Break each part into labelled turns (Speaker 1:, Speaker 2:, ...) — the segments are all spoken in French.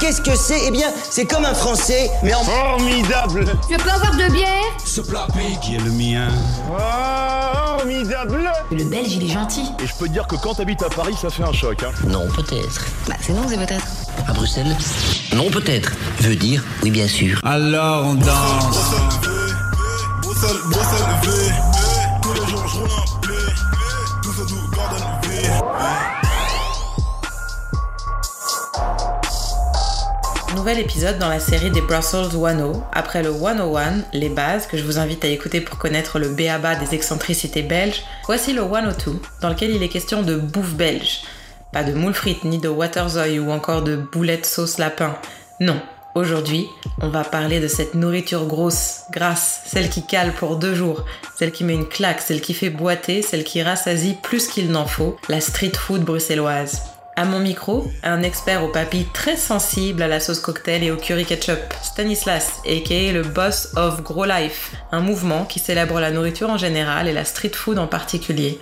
Speaker 1: qu'est-ce que c'est Eh bien, c'est comme un français, mais en...
Speaker 2: Formidable
Speaker 3: Je peux avoir de bière
Speaker 4: Ce plat qui est le mien.
Speaker 2: Formidable
Speaker 5: Le Belge, il est gentil.
Speaker 2: Et je peux te dire que quand t'habites à Paris, ça fait un choc. Hein.
Speaker 6: Non, peut-être.
Speaker 5: Bah, c'est non, c'est peut-être.
Speaker 6: À Bruxelles Non, peut-être. Veut dire oui, bien sûr.
Speaker 4: Alors on danse.
Speaker 7: Nouvel épisode dans la série des Brussels 101. Après le 101, les bases, que je vous invite à écouter pour connaître le béaba des excentricités belges, voici le 102, dans lequel il est question de bouffe belge. Pas de moules frites, ni de waterzooi ou encore de boulettes sauce lapin. Non, aujourd'hui, on va parler de cette nourriture grosse, grasse, celle qui cale pour deux jours, celle qui met une claque, celle qui fait boiter, celle qui rassasie plus qu'il n'en faut, la street food bruxelloise. À mon micro, un expert aux papilles très sensible à la sauce cocktail et au curry ketchup, Stanislas, aka le boss of Gros Life, un mouvement qui célèbre la nourriture en général et la street food en particulier.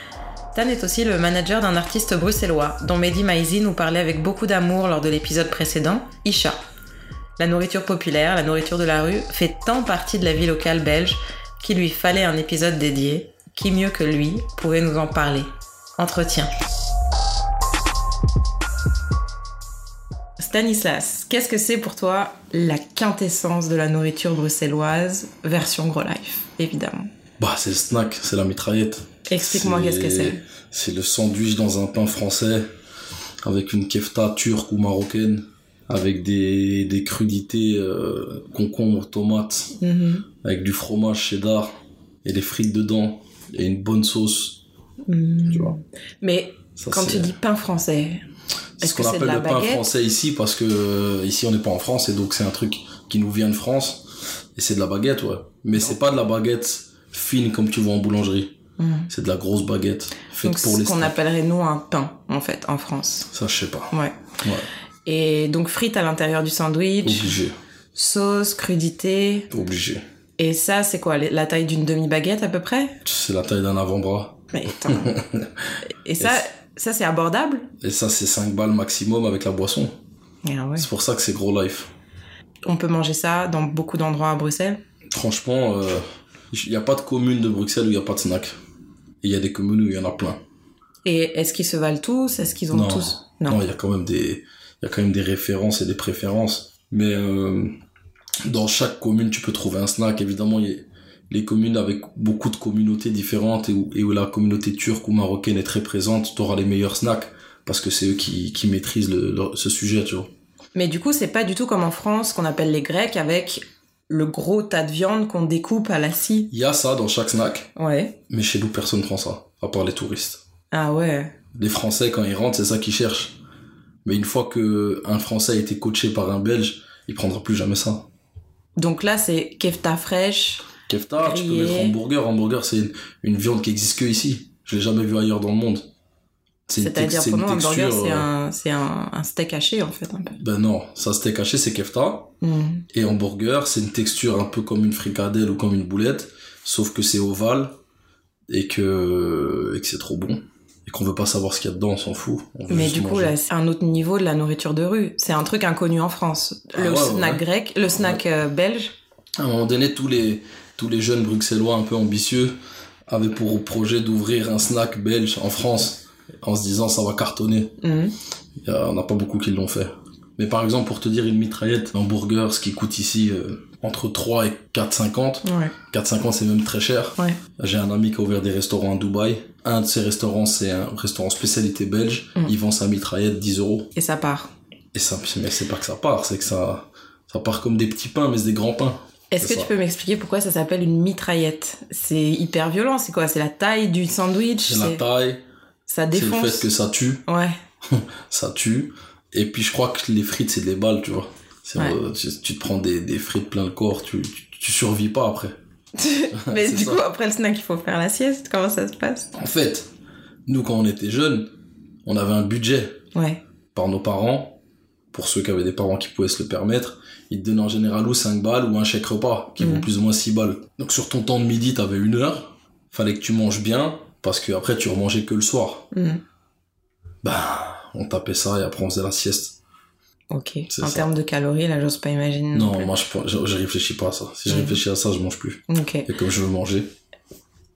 Speaker 7: Stan est aussi le manager d'un artiste bruxellois, dont Mehdi Maizi nous parlait avec beaucoup d'amour lors de l'épisode précédent, Isha. La nourriture populaire, la nourriture de la rue, fait tant partie de la vie locale belge qu'il lui fallait un épisode dédié. Qui mieux que lui pouvait nous en parler Entretien. Stanislas, qu'est-ce que c'est pour toi la quintessence de la nourriture bruxelloise, version gros life, évidemment
Speaker 8: Bah, c'est le snack, c'est la mitraillette.
Speaker 7: Explique-moi qu'est-ce que c'est.
Speaker 8: C'est le sandwich dans un pain français, avec une kefta turque ou marocaine, avec des, des crudités, euh, concombre, tomate,
Speaker 7: Mhm,
Speaker 8: avec du fromage cheddar, et des frites dedans, et une bonne sauce,
Speaker 7: mhm.
Speaker 8: tu vois.
Speaker 7: Mais
Speaker 8: Ça,
Speaker 7: quand
Speaker 8: c'est- euh,
Speaker 7: tu dis pain français,
Speaker 8: c'est
Speaker 7: est-ce
Speaker 8: ce
Speaker 7: que
Speaker 8: qu'on
Speaker 7: c'est de
Speaker 8: appelle
Speaker 7: la
Speaker 8: le pain
Speaker 7: baguette
Speaker 8: français ici, parce que euh, ici on n'est pas en France, et donc c'est un truc qui nous vient de France, et c'est de la baguette, ouais. Mais c'est pas de la baguette fine comme tu vois en boulangerie.
Speaker 7: Mhm.
Speaker 8: C'est de la grosse baguette, faite
Speaker 7: donc
Speaker 8: pour
Speaker 7: ce
Speaker 8: les
Speaker 7: qu'on
Speaker 8: snacks.
Speaker 7: appellerait nous un pain, en fait, en France.
Speaker 8: Ça, je sais pas.
Speaker 7: Ouais.
Speaker 8: Ouais.
Speaker 7: Et donc frites à l'intérieur du sandwich,
Speaker 8: Obligé,
Speaker 7: sauce, crudité.
Speaker 8: obligé.
Speaker 7: Et ça, c'est quoi La taille d'une demi-baguette à peu près
Speaker 8: C'est la taille d'un avant-bras.
Speaker 7: Mais attends. Et ça,
Speaker 8: Yes.
Speaker 7: ça c'est abordable
Speaker 8: Et ça, c'est 5 balles maximum avec la boisson.
Speaker 7: Ah ouais.
Speaker 8: C'est pour ça que c'est gros life.
Speaker 7: On peut manger ça dans beaucoup d'endroits à Bruxelles.
Speaker 8: Franchement, il n'y a pas de commune de Bruxelles où il n'y a pas de snack. Il y a des communes où il y en a plein.
Speaker 7: Et est-ce qu'ils se valent tous Est-ce qu'ils ont
Speaker 8: Non.
Speaker 7: tous
Speaker 8: Non, il y a quand même des, il y a quand même des références et des préférences. Mais euh, dans chaque commune, tu peux trouver un snack. Évidemment, il y a les communes avec beaucoup de communautés différentes et où, et où la communauté turque ou marocaine est très présente, tu auras les meilleurs snacks parce que c'est eux qui, qui maîtrisent le- le- ce sujet, tu vois.
Speaker 7: Mais du coup, c'est pas du tout comme en France qu'on appelle les Grecs avec le gros tas de viande qu'on découpe à la scie.
Speaker 8: Il y a ça dans chaque snack,
Speaker 7: Ouais.
Speaker 8: mais chez nous, personne prend ça, à part les touristes.
Speaker 7: Ah ouais.
Speaker 8: Les Français, quand ils rentrent, c'est ça qu'ils cherchent. Mais une fois que un Français a été coaché par un Belge, il prendra plus jamais ça.
Speaker 7: Donc là, c'est kefta fraîche.
Speaker 8: Kefta, tu peux
Speaker 7: Grillé.
Speaker 8: mettre hamburger. Hamburger, c'est une, une viande qui existe que ici. Je l'ai jamais vu ailleurs dans le monde. C'est une, tex-
Speaker 7: C'est-à-dire
Speaker 8: c'est
Speaker 7: pour
Speaker 8: une
Speaker 7: nous, un burger,
Speaker 8: texture.
Speaker 7: c'est
Speaker 8: euh,
Speaker 7: un, c'est un, un steak haché en fait. un peu.
Speaker 8: Ben non, ça c'était caché, c'est kefta.
Speaker 7: Mhm.
Speaker 8: Et hamburger, c'est une texture un peu comme une fricadelle ou comme une boulette, sauf que c'est ovale et que, et que c'est trop bon. Et qu'on veut pas savoir ce qu'il y a dedans, on s'en fout. On veut
Speaker 7: Mais
Speaker 8: juste
Speaker 7: du coup,
Speaker 8: manger.
Speaker 7: là, c'est un autre niveau de la nourriture de rue. C'est un truc inconnu en France.
Speaker 8: Ah
Speaker 7: le
Speaker 8: ouais, ouais,
Speaker 7: snack
Speaker 8: ouais.
Speaker 7: grec, le snack euh, belge.
Speaker 8: À un moment donné, tous les, tous les jeunes bruxellois un peu ambitieux avaient pour projet d'ouvrir un snack belge en France en se disant ça va cartonner.
Speaker 7: Mhm.
Speaker 8: Il y a- on n'a pas beaucoup qui l'ont fait. Mais par exemple, pour te dire une mitraillette, un burger, ce qui coûte ici euh, entre 3 et 4,50.
Speaker 7: Ouais.
Speaker 8: 4,50 c'est même très cher.
Speaker 7: Ouais.
Speaker 8: J'ai un ami qui a ouvert des restaurants à Dubaï. Un de ces restaurants, c'est un restaurant spécialité belge.
Speaker 7: Mm.
Speaker 8: Il vend sa mitraillette 10 euros.
Speaker 7: Et ça part.
Speaker 8: Et ça, mais c'est pas que ça part, c'est que ça, ça part comme des petits pains, mais c'est des grands pains.
Speaker 7: Est-ce que
Speaker 8: C'est ça.
Speaker 7: tu peux m'expliquer pourquoi ça s'appelle une mitraillette C'est hyper violent, c'est quoi C'est la taille du sandwich
Speaker 8: C'est la
Speaker 7: c'est-
Speaker 8: taille,
Speaker 7: Ça
Speaker 8: c'est le
Speaker 7: défonce
Speaker 8: fait que ça tue.
Speaker 7: Ouais,
Speaker 8: ça tue. Et puis je crois que les frites, c'est des balles, tu vois. C'est-
Speaker 7: Ouais.
Speaker 8: euh, tu, tu te prends des, des frites plein le corps, tu, tu, tu survis pas après.
Speaker 7: mais
Speaker 8: C'est
Speaker 7: du
Speaker 8: ça.
Speaker 7: coup après le snack il faut faire la sieste, comment ça se passe
Speaker 8: En fait, nous, quand on était jeunes, on avait un budget
Speaker 7: Ouais,
Speaker 8: par nos parents, pour ceux qui avaient des parents qui pouvaient se le permettre. Ils te donnaient en général ou 5 balles ou un chèque repas, qui
Speaker 7: Mhm.
Speaker 8: vaut plus ou moins 6 balles. Donc sur ton temps de midi, t'avais une heure. Fallait que tu manges bien, parce que après, tu remangeais que le soir.
Speaker 7: Mhm.
Speaker 8: Bah, on tapait ça et après, on faisait la sieste.
Speaker 7: Ok.
Speaker 8: C'est
Speaker 7: En
Speaker 8: ça.
Speaker 7: termes de calories, là, j'ose pas imaginer.
Speaker 8: Non,
Speaker 7: plus.
Speaker 8: moi je, pense- je, je réfléchis pas à ça. Si je
Speaker 7: Mm.
Speaker 8: réfléchis à ça, je mange plus.
Speaker 7: Ok.
Speaker 8: Et comme je veux manger.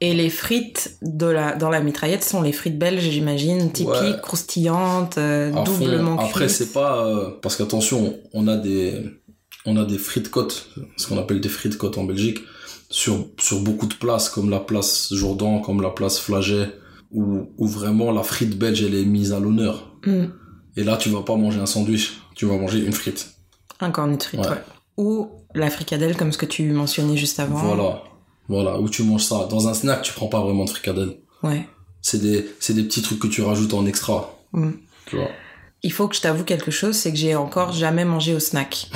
Speaker 7: Et les frites de la, dans la mitraillette sont les frites belges, j'imagine, typiques,
Speaker 8: Ouais.
Speaker 7: croustillantes, euh,
Speaker 8: à fond.
Speaker 7: doublement cuites.
Speaker 8: Après, c'est pas. euh, parce qu'attention, on a des. On a des frites côtes, ce qu'on appelle des frites côtes en Belgique, sur, sur beaucoup de places, comme la place Jourdan, comme la place Flaget, où, où vraiment la frite belge, elle est mise à l'honneur.
Speaker 7: Mm.
Speaker 8: Et là, tu vas pas manger un sandwich, tu vas manger une frite.
Speaker 7: Un cornet de frites,
Speaker 8: Ouais.
Speaker 7: ouais. Ou la fricadelle, comme ce que tu mentionnais juste avant.
Speaker 8: Voilà. Voilà, où tu manges ça. Dans un snack, tu prends pas vraiment de fricadelle.
Speaker 7: Ouais.
Speaker 8: C'est des, c'est des petits trucs que tu rajoutes en extra.
Speaker 7: Mm.
Speaker 8: Tu vois.
Speaker 7: Il faut que je t'avoue quelque chose, c'est que j'ai encore jamais mangé au snack.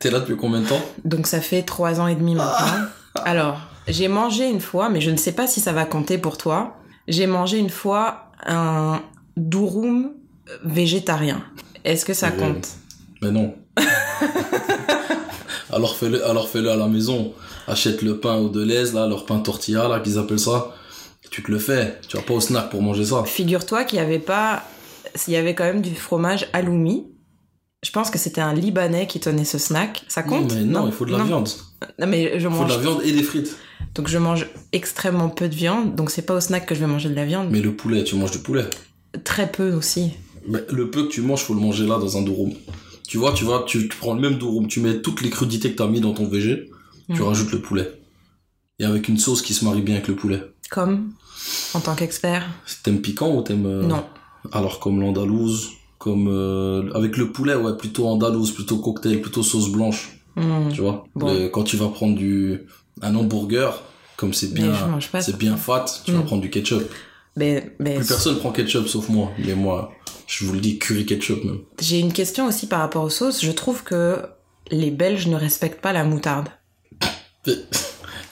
Speaker 8: T'es là depuis combien de temps
Speaker 7: Donc ça fait trois ans et demi maintenant.
Speaker 8: Ah.
Speaker 7: Alors, j'ai mangé une fois, mais je ne sais pas si ça va compter pour toi. J'ai mangé une fois un durum végétarien. Est-ce que ça
Speaker 8: Euh,
Speaker 7: compte
Speaker 8: Mais non. alors fais-le, alors fais-le à la maison. Achète le pain au Deleuze, là, leur pain tortilla, là, qu'ils appellent ça. Tu te le fais. Tu vas pas au snack pour manger ça.
Speaker 7: Figure-toi qu'il n'y avait pas. Il y avait quand même du fromage aloumi. Je pense que c'était un Libanais qui tenait ce snack. Ça compte
Speaker 8: mais non, il faut de la viande.
Speaker 7: Non, mais je
Speaker 8: Il faut de
Speaker 7: mange.
Speaker 8: la viande et des frites.
Speaker 7: Donc je mange extrêmement peu de viande. Donc c'est pas au snack que je vais manger de la viande.
Speaker 8: Mais le poulet, tu manges du poulet.
Speaker 7: Très peu aussi.
Speaker 8: Mais le peu que tu manges, faut le manger là dans un durum. Tu vois, tu vois, tu, tu prends le même durum, tu mets toutes les crudités que t'as mis dans ton végé, tu
Speaker 7: Mm.
Speaker 8: rajoutes le poulet. Et avec une sauce qui se marie bien avec le poulet.
Speaker 7: Comme en tant qu'expert.
Speaker 8: T'aimes piquant ou t'aimes... euh,
Speaker 7: Non.
Speaker 8: Alors comme l'andalouse, comme euh, avec le poulet, ouais, plutôt andalouse, plutôt cocktail, plutôt sauce blanche,
Speaker 7: Hmm.
Speaker 8: tu vois.
Speaker 7: Bon.
Speaker 8: Le- quand tu vas prendre du un hamburger, comme c'est
Speaker 7: Mais je
Speaker 8: bien,
Speaker 7: mange pas. ça.
Speaker 8: c'est bien fat, tu vas
Speaker 7: Mm.
Speaker 8: prendre du ketchup.
Speaker 7: Mais, mais
Speaker 8: Plus personne prend ketchup sauf moi, mais moi, je vous le dis, curry ketchup même.
Speaker 7: j'ai une question aussi par rapport aux sauces. Je trouve que les Belges ne respectent pas la moutarde.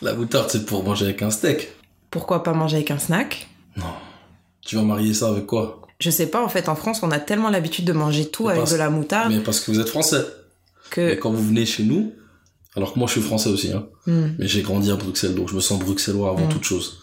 Speaker 8: La moutarde, c'est pour manger avec un steak.
Speaker 7: Pourquoi pas manger avec un snack
Speaker 8: Tu vas marier ça avec quoi
Speaker 7: Je sais pas, en fait, en France, on a tellement l'habitude de manger tout
Speaker 8: Mais
Speaker 7: avec
Speaker 8: parce-
Speaker 7: de la moutarde
Speaker 8: Mais parce que vous êtes français.
Speaker 7: que.
Speaker 8: Mais quand vous venez chez nous, alors que moi je suis français aussi, hein,
Speaker 7: Hmm.
Speaker 8: mais j'ai grandi à Bruxelles, donc je me sens bruxellois avant
Speaker 7: Mm.
Speaker 8: toute chose.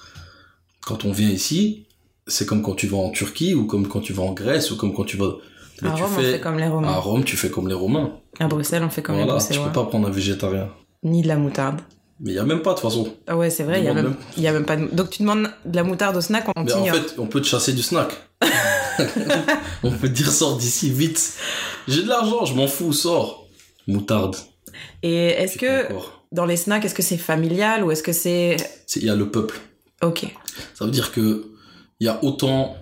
Speaker 8: Quand on vient ici, c'est comme quand tu vas en Turquie, ou comme quand tu vas en Grèce, ou comme quand tu vas. Mais
Speaker 7: à
Speaker 8: tu
Speaker 7: Rome, on fait comme les
Speaker 8: À
Speaker 7: Romains.
Speaker 8: Rome, tu fais comme les Romains.
Speaker 7: À Bruxelles, on fait comme les
Speaker 8: voilà, tu
Speaker 7: Bruxellois.
Speaker 8: peux pas prendre un végétarien.
Speaker 7: Ni de la moutarde.
Speaker 8: Mais il y a même pas de toute façon.
Speaker 7: Ah ouais, c'est vrai, il y, a
Speaker 8: Demande
Speaker 7: même- il y a même pas de... Donc tu demandes de la moutarde au snack, on
Speaker 8: Mais en
Speaker 7: t'ignore.
Speaker 8: fait, on peut te chasser du snack. on peut te dire sors d'ici vite. J'ai de l'argent, je m'en fous, sors. Moutarde.
Speaker 7: Et est-ce
Speaker 8: Putain,
Speaker 7: que,
Speaker 8: encore.
Speaker 7: dans les snacks, est-ce que c'est familial ou est-ce que c'est...
Speaker 8: C'est- Il y a le peuple.
Speaker 7: Ok.
Speaker 8: Ça veut dire que il y a autant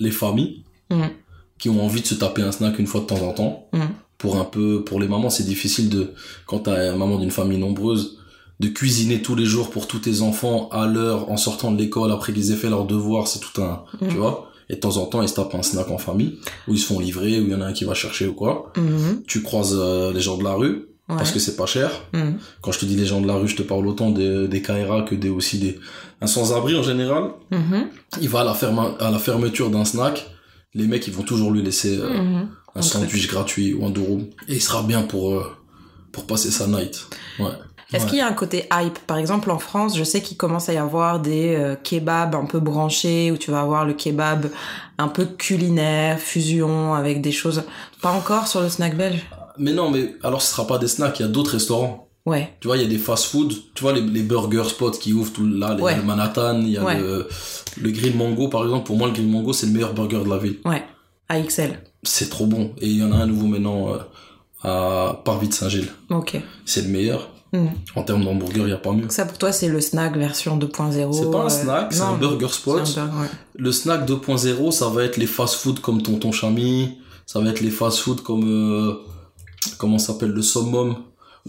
Speaker 8: les familles
Speaker 7: Mhm.
Speaker 8: qui ont envie de se taper un snack une fois de temps en temps.
Speaker 7: Mhm.
Speaker 8: Pour un peu, pour les mamans, c'est difficile de, quand t'as une maman d'une famille nombreuse, de cuisiner tous les jours pour tous tes enfants à l'heure en sortant de l'école après qu'ils aient fait leurs devoirs, c'est tout un,
Speaker 7: Mhm.
Speaker 8: tu vois. Et de temps en temps, ils se tapent un snack en famille, où ils se font livrer, où il y en a un qui va chercher ou quoi.
Speaker 7: Mhm.
Speaker 8: Tu croises euh, les gens de la rue,
Speaker 7: Ouais.
Speaker 8: parce que c'est pas cher.
Speaker 7: Mhm.
Speaker 8: Quand je te dis les gens de la rue, je te parle autant des, des KRA que des, aussi des, un sans-abri en général
Speaker 7: Mhm.
Speaker 8: il va à la, ferme, à la fermeture d'un snack, les mecs, ils vont toujours lui laisser euh,
Speaker 7: Mhm.
Speaker 8: un
Speaker 7: Un
Speaker 8: sandwich gratuit ou un durum. Et il sera bien pour, euh, pour passer sa night. Ouais.
Speaker 7: Est-ce
Speaker 8: Ouais.
Speaker 7: qu'il y a un côté hype Par exemple, en France, je sais qu'il commence à y avoir des euh, kebabs un peu branchés, où tu vas avoir le kebab un peu culinaire, fusion, avec des choses... Pas encore sur le snack belge
Speaker 8: Mais non, mais alors ce sera pas des snacks, il y a d'autres restaurants.
Speaker 7: Ouais.
Speaker 8: Tu vois, il y a des fast-food, tu vois, les, les burger spots qui ouvrent tout là, les,
Speaker 7: Ouais.
Speaker 8: le Manhattan, il y a
Speaker 7: Ouais.
Speaker 8: le, le grill mango, par exemple. Pour moi, le grill mango, c'est le meilleur burger de la ville.
Speaker 7: Ouais. AXL.
Speaker 8: C'est trop bon. Et il y en a un nouveau maintenant euh, à Parvis de Saint-Gilles.
Speaker 7: Ok.
Speaker 8: C'est le meilleur.
Speaker 7: Mhm.
Speaker 8: En termes d'hamburger, il n'y a pas mieux.
Speaker 7: Donc ça pour toi c'est le snack version 2.0.
Speaker 8: C'est pas
Speaker 7: euh,
Speaker 8: un snack, c'est
Speaker 7: non,
Speaker 8: un burger spot.
Speaker 7: c'est un burger, ouais.
Speaker 8: Le snack 2.0, ça va être les fast-food comme Tonton Chami, ça va être les fast-food comme euh, comment ça s'appelle le Summum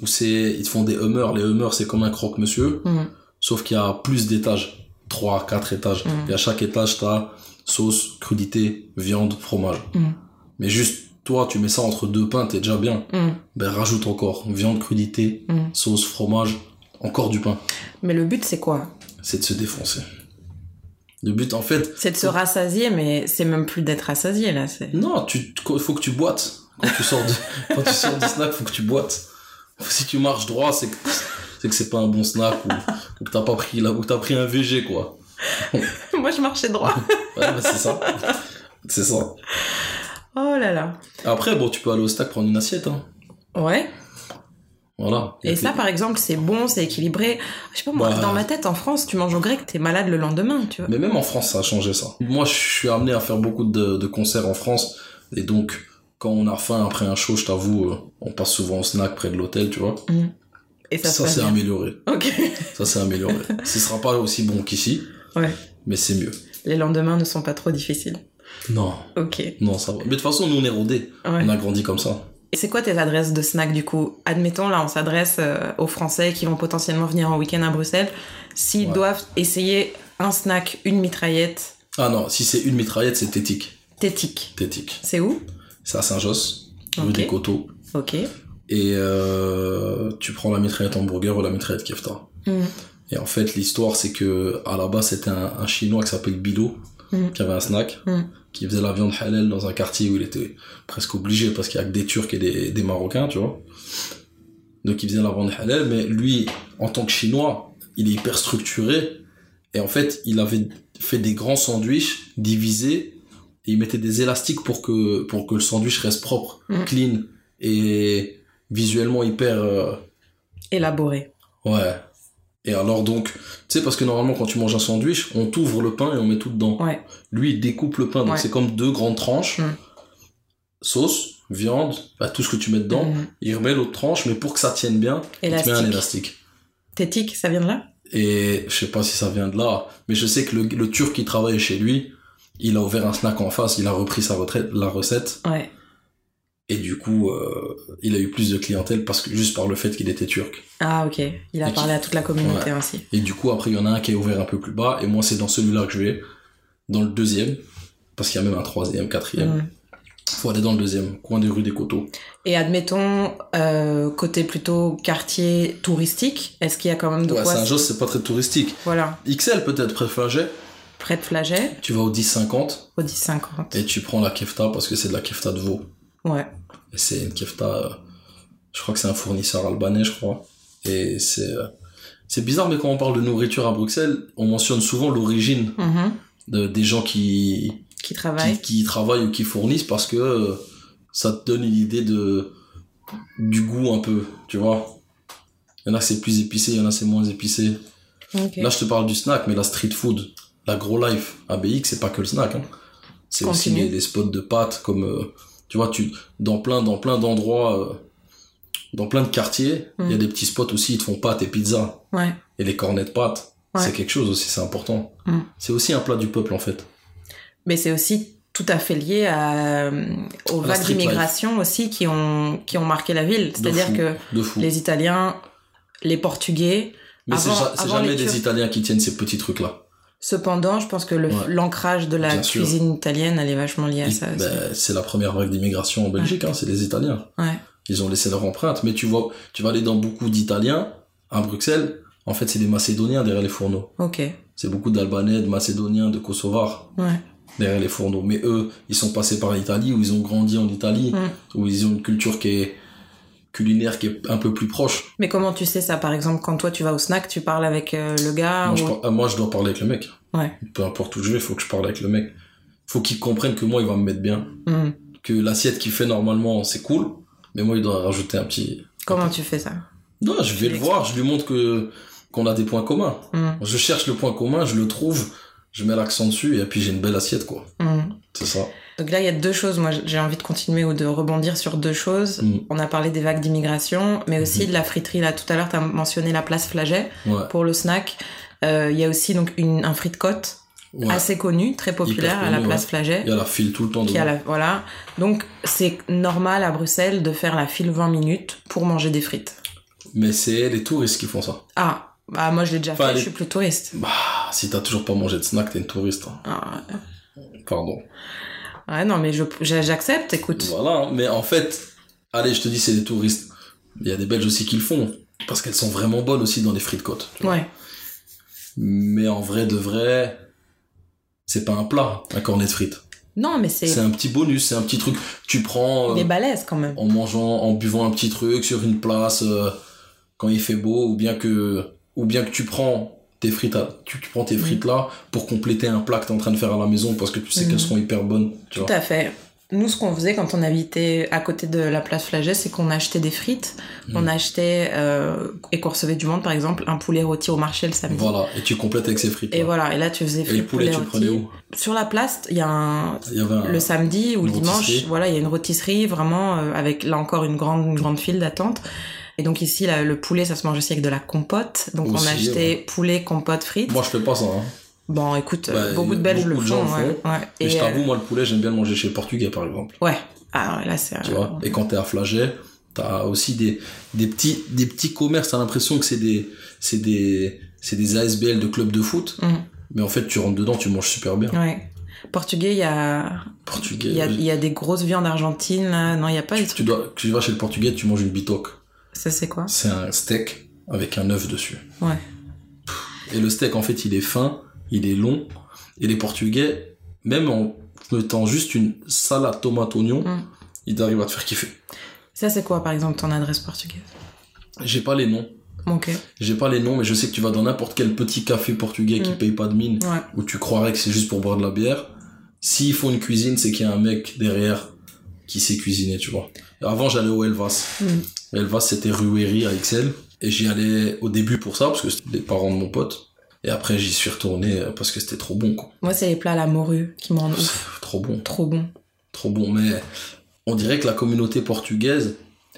Speaker 8: où c'est ils te font des hummers, les hummers c'est comme un croque-monsieur
Speaker 7: Mhm.
Speaker 8: sauf qu'il y a plus d'étages, 3 4 étages
Speaker 7: Mhm.
Speaker 8: et à chaque étage tu as sauce, crudité, viande, fromage.
Speaker 7: Mhm.
Speaker 8: Mais juste toi tu mets ça entre deux pains, t'es déjà bien.
Speaker 7: Mhm.
Speaker 8: Ben rajoute encore viande, crudité,
Speaker 7: Mhm.
Speaker 8: sauce, fromage, encore du pain.
Speaker 7: Mais le but c'est quoi
Speaker 8: C'est de se défoncer. Le but en fait
Speaker 7: C'est de se rassasier mais c'est même plus d'être rassasié là. c'est-
Speaker 8: Non, tu faut que tu boites. Quand tu sors de, quand tu sors du snack, faut que tu boites. Si tu marches droit, c'est que c'est que c'est pas un bon snack ou, ou que t'as pas pris là ou que t'as pris un VG quoi.
Speaker 7: Moi je marchais droit.
Speaker 8: Ouais, bah, c'est ça. C'est ça.
Speaker 7: Oh là là.
Speaker 8: Après, bon, tu peux aller au stack prendre une assiette. Hein.
Speaker 7: Ouais.
Speaker 8: Voilà. Y a
Speaker 7: Et
Speaker 8: que
Speaker 7: ça,
Speaker 8: les-
Speaker 7: par exemple, c'est bon, c'est équilibré. Je sais pas, moi,
Speaker 8: Bah.
Speaker 7: dans ma tête, en France, tu manges au grec, t'es malade le lendemain, tu vois.
Speaker 8: Mais même en France, ça a changé ça. Moi, je suis amené à faire beaucoup de, de concerts en France. Et donc, quand on a faim après un show, je t'avoue, euh, on passe souvent au snack près de l'hôtel, tu vois.
Speaker 7: Et ça,
Speaker 8: Ça,
Speaker 7: se passe
Speaker 8: s'est
Speaker 7: bien.
Speaker 8: amélioré.
Speaker 7: Ok.
Speaker 8: Ça, c'est amélioré. Ce sera pas aussi bon qu'ici.
Speaker 7: Ouais.
Speaker 8: Mais c'est mieux.
Speaker 7: Les lendemains ne sont pas trop difficiles.
Speaker 8: Non.
Speaker 7: Ok.
Speaker 8: Non, ça va. Mais de toute façon, nous, on est rodés.
Speaker 7: Ouais.
Speaker 8: On a grandi comme ça.
Speaker 7: Et c'est quoi tes adresses de snack du coup Admettons, là, on s'adresse euh, aux Français qui vont potentiellement venir en week-end à Bruxelles. S'ils
Speaker 8: Ouais.
Speaker 7: doivent essayer un snack, une mitraillette,
Speaker 8: Ah non, si c'est une mitraillette, c'est tétique.
Speaker 7: tétique.
Speaker 8: Tétique.
Speaker 7: C'est où
Speaker 8: C'est à Saint-Josse, rue
Speaker 7: Ok.
Speaker 8: des Coteaux.
Speaker 7: Ok.
Speaker 8: Et euh, tu prends la mitraillette hamburger ou la mitraillette kefta.
Speaker 7: Mhm.
Speaker 8: Et en fait, l'histoire, c'est que à la base, c'était un, un chinois qui s'appelle Bilo,
Speaker 7: Mhm.
Speaker 8: qui avait un snack,
Speaker 7: Mhm.
Speaker 8: qui faisait la viande halal dans un quartier où il était presque obligé parce qu'il y a que des Turcs et des, des Marocains, tu vois. Donc, il faisait la viande halal, mais lui, en tant que chinois, il est hyper structuré. Et en fait, il avait fait des grands sandwichs divisés et il mettait des élastiques pour que, pour que le sandwich reste propre,
Speaker 7: Mhm.
Speaker 8: clean et visuellement hyper. euh,
Speaker 7: Élaboré.
Speaker 8: Ouais. Et alors donc, tu sais, parce que normalement, quand tu manges un sandwich, on t'ouvre le pain et on met tout dedans.
Speaker 7: Ouais.
Speaker 8: Lui, il découpe le pain, donc
Speaker 7: Ouais.
Speaker 8: c'est comme deux grandes tranches.
Speaker 7: Mm.
Speaker 8: Sauce, viande, bah, tout ce que tu mets dedans.
Speaker 7: Mhm.
Speaker 8: Il remet l'autre tranche, mais pour que ça tienne bien, il te met un
Speaker 7: Élastique.
Speaker 8: élastique.
Speaker 7: Tétique, ça vient de là
Speaker 8: Et je sais pas si ça vient de là, mais je sais que le, le Turc qui travaillait chez lui, il a ouvert un snack en face, il a repris sa retraite, la recette,
Speaker 7: Ouais.
Speaker 8: et du coup, euh, il a eu plus de clientèle parce que juste par le fait qu'il était turc.
Speaker 7: Ah ok. Il a
Speaker 8: Et qui-
Speaker 7: parlé à toute la communauté
Speaker 8: Ouais.
Speaker 7: ainsi.
Speaker 8: Et du coup, après, il y en a un qui est ouvert un peu plus bas. Et moi, c'est dans celui-là que je vais. Dans le deuxième. Parce qu'il y a même un troisième, quatrième.
Speaker 7: Mhm.
Speaker 8: Faut aller dans le deuxième, coin des rues des Coteaux.
Speaker 7: Et admettons, euh, côté plutôt quartier touristique, est-ce qu'il y a quand même de
Speaker 8: Ouais,
Speaker 7: quoi
Speaker 8: Saint-Josse, c'est pas très touristique.
Speaker 7: Voilà.
Speaker 8: XL, peut-être, près de Flagey.
Speaker 7: Près de Flaget,
Speaker 8: Tu vas au 10,50
Speaker 7: au 10,50.
Speaker 8: et tu prends la kefta parce que c'est de la kefta de veau.
Speaker 7: Ouais.
Speaker 8: Et c'est une kefta. euh, je crois que c'est un fournisseur albanais, je crois. Et c'est. euh, c'est bizarre, mais quand on parle de nourriture à Bruxelles, on mentionne souvent l'origine
Speaker 7: Mhm.
Speaker 8: de- des gens qui,
Speaker 7: Qui
Speaker 8: qui,
Speaker 7: travaille.
Speaker 8: qui travaillent ou qui fournissent parce que euh, ça te donne une idée de du goût un peu, tu vois. Il y en a c'est plus épicé, il y en a c'est moins épicé.
Speaker 7: Ok.
Speaker 8: Là, je te parle du snack, mais la street food, la gros life, ABX, c'est pas que le snack. hein. C'est aussi
Speaker 7: Continue.
Speaker 8: les, les spots de pâtes, comme euh, tu vois, tu dans plein dans plein d'endroits, euh, dans plein de quartiers, il y a
Speaker 7: Mm.
Speaker 8: des petits spots aussi, ils te font pâtes et pizza
Speaker 7: Ouais.
Speaker 8: et les cornets de pâtes.
Speaker 7: Ouais.
Speaker 8: C'est quelque chose aussi, c'est important.
Speaker 7: Mm.
Speaker 8: C'est aussi un plat du peuple en fait.
Speaker 7: Mais c'est aussi tout à fait lié à, euh, aux
Speaker 8: À la
Speaker 7: vagues
Speaker 8: street
Speaker 7: d'immigration aussi qui ont, qui ont marqué la ville.
Speaker 8: De
Speaker 7: C'est-à-dire
Speaker 8: fou,
Speaker 7: que
Speaker 8: de fou.
Speaker 7: les Italiens, les Portugais,
Speaker 8: Mais c'est
Speaker 7: Avant-
Speaker 8: ja- c'est
Speaker 7: avant
Speaker 8: jamais
Speaker 7: les
Speaker 8: des
Speaker 7: Turcs.
Speaker 8: Italiens qui tiennent ces petits trucs-là.
Speaker 7: cependant, je pense que le-
Speaker 8: Ouais.
Speaker 7: l'ancrage de la
Speaker 8: Bien sûr.
Speaker 7: cuisine italienne, elle est vachement liée à
Speaker 8: Ils-
Speaker 7: Ah, ça. Ah, aussi.
Speaker 8: ben, c'est la première vague d'immigration en Belgique, hein, c'est les Italiens.
Speaker 7: Ouais.
Speaker 8: Ils ont laissé leur empreinte. Mais tu vois, tu vas aller dans beaucoup d'Italiens, à Bruxelles, en fait, c'est des Macédoniens derrière les fourneaux.
Speaker 7: Ok.
Speaker 8: C'est beaucoup d'Albanais, de Macédoniens, de Kosovars
Speaker 7: Ouais.
Speaker 8: derrière les fourneaux. Mais eux, ils sont passés par l'Italie, ou ils ont grandi en Italie,
Speaker 7: Mm.
Speaker 8: ou ils ont une culture qui est culinaire qui est un peu plus proche.
Speaker 7: Mais comment tu sais ça, par exemple, quand toi tu vas au snack, tu parles avec euh, le gars
Speaker 8: moi, je,
Speaker 7: ou-
Speaker 8: par- ah, moi, je dois parler avec le mec.
Speaker 7: Ouais.
Speaker 8: Peu importe où je vais, faut que je parle avec le mec. Faut qu'il comprenne que moi, il va me mettre bien.
Speaker 7: Hmm.
Speaker 8: que l'assiette qu'il fait normalement, c'est cool, mais moi, il doit rajouter un petit.
Speaker 7: Comment tu fais ça
Speaker 8: Non, je vais le voir, je lui montre que qu'on a des points communs.
Speaker 7: Hmm.
Speaker 8: Je cherche le point commun, je le trouve, je mets l'accent dessus, et puis j'ai une belle assiette, quoi.
Speaker 7: Hmm.
Speaker 8: C'est ça.
Speaker 7: Donc là, il y a deux choses. Moi, j'ai envie de continuer ou de rebondir sur deux choses.
Speaker 8: Mm. Mm-hmm.
Speaker 7: On a parlé des vagues d'immigration, mais aussi de la friterie. Là, tout à l'heure, tu as mentionné la place Flaget
Speaker 8: Ouais.
Speaker 7: pour le snack. Euh, Il y a aussi donc une, un frit cote
Speaker 8: ouais.
Speaker 7: assez connu, très populaire à la
Speaker 8: connu,
Speaker 7: place
Speaker 8: ouais.
Speaker 7: Flaget.
Speaker 8: Il y a la file tout le temps
Speaker 7: Qui a
Speaker 8: dedans.
Speaker 7: la, voilà. Donc, c'est normal à Bruxelles de faire la file 20 minutes pour manger des frites.
Speaker 8: Mais c'est les touristes qui font ça.
Speaker 7: Ah, bah, moi, je l'ai déjà
Speaker 8: Enfin,
Speaker 7: fait,
Speaker 8: les-
Speaker 7: je suis plus touriste.
Speaker 8: Bah, si t'as toujours pas mangé de snack, t'es une touriste. hein.
Speaker 7: Ah,
Speaker 8: Pardon.
Speaker 7: ouais, non, mais je- j'a- j'accepte, écoute.
Speaker 8: Voilà, hein. mais en fait, allez, je te dis, c'est des touristes. Il y a des Belges aussi qui le font, parce qu'elles sont vraiment bonnes aussi dans les frites côtes.
Speaker 7: Ouais.
Speaker 8: Mais en vrai de vrai, c'est pas un plat, un cornet de frites.
Speaker 7: Non, mais c'est
Speaker 8: C'est un petit bonus, c'est un petit truc. Tu prends euh,
Speaker 7: des balaises quand même.
Speaker 8: en mangeant, en buvant un petit truc sur une place euh, quand il fait beau, ou bien que, ou bien que tu prends tes frites, à- tu, tu prends
Speaker 7: Mm.
Speaker 8: tes frites là pour compléter un plat que t'es en train de faire à la maison parce que tu sais
Speaker 7: Mhm.
Speaker 8: qu'elles seront hyper bonnes. Tu
Speaker 7: Tout
Speaker 8: vois.
Speaker 7: à fait. Nous, ce qu'on faisait quand on habitait à côté de la place Flaget, c'est qu'on achetait des frites,
Speaker 8: Mm.
Speaker 7: on achetait, euh, et qu'on recevait du monde, par exemple, un poulet rôti au marché le samedi.
Speaker 8: Voilà, et tu complètes avec ces frites.
Speaker 7: Et voilà, et là, tu faisais
Speaker 8: Et le
Speaker 7: frites,
Speaker 8: poulet, tu le
Speaker 7: rôti.
Speaker 8: prenais où
Speaker 7: Sur la place, il y a un...
Speaker 8: Il y avait un-
Speaker 7: Le samedi ou le
Speaker 8: Une
Speaker 7: dimanche,
Speaker 8: rôtisserie.
Speaker 7: voilà, il y a une rôtisserie vraiment euh, avec là encore une grande une grande file d'attente. Et donc ici, là, le poulet, ça se mange aussi avec de la compote. Donc
Speaker 8: Aussi,
Speaker 7: on achetait poulet, compote, frites.
Speaker 8: Moi, je fais pas ça. Hein.
Speaker 7: Bon, écoute,
Speaker 8: Bah,
Speaker 7: beaucoup de Belges
Speaker 8: beaucoup
Speaker 7: le
Speaker 8: de
Speaker 7: font.
Speaker 8: gens le
Speaker 7: ouais,
Speaker 8: font.
Speaker 7: ouais.
Speaker 8: Mais je
Speaker 7: Et,
Speaker 8: t'avoue, moi, le poulet, j'aime bien le manger chez le Portugais, par exemple.
Speaker 7: euh, ouais. Ah ouais, là c'est.
Speaker 8: Tu
Speaker 7: un-
Speaker 8: vois Et quand t'es à Flaget, t'as aussi des, des, petits, des petits commerces. T'as l'impression que c'est des, c'est des, c'est des ASBL de clubs de foot.
Speaker 7: Mm.
Speaker 8: Mais en fait, tu rentres dedans, tu manges super bien.
Speaker 7: Ouais. Portugais, il y a,
Speaker 8: Portugais.
Speaker 7: il y, a, il y a des grosses viandes argentines. Là. Non, il y a pas des
Speaker 8: Tu,
Speaker 7: trucs.
Speaker 8: tu dois, tu vas chez le Portugais, tu manges une bitoque.
Speaker 7: Ça c'est quoi
Speaker 8: C'est un steak avec un œuf dessus.
Speaker 7: Ouais.
Speaker 8: Et le steak, en fait, il est fin, il est long. Et les Portugais, même en mettant juste une salade tomate-oignon,
Speaker 7: Mm.
Speaker 8: ils arrivent à te faire kiffer.
Speaker 7: Ça c'est quoi par exemple ton adresse portugaise
Speaker 8: J'ai pas les noms.
Speaker 7: Ok.
Speaker 8: J'ai pas les noms, mais je sais que tu vas dans n'importe quel petit café portugais qui
Speaker 7: Mm.
Speaker 8: paye pas de mine,
Speaker 7: Ouais.
Speaker 8: où tu croirais que c'est juste pour boire de la bière. S'ils font une cuisine, c'est qu'il y a un mec derrière qui sait cuisiner, tu vois. Avant, j'allais au Elvas.
Speaker 7: Mm.
Speaker 8: Elvas, c'était Rueri à Excel. Et j'y allais au début pour ça, parce que c'était les parents de mon pote. Et après, j'y suis retourné euh, parce que c'était trop bon, quoi.
Speaker 7: Moi, c'est les plats à la morue qui me rendent ouf.
Speaker 8: Pff, trop bon,
Speaker 7: Trop bon.
Speaker 8: trop bon. Mais on dirait que la communauté portugaise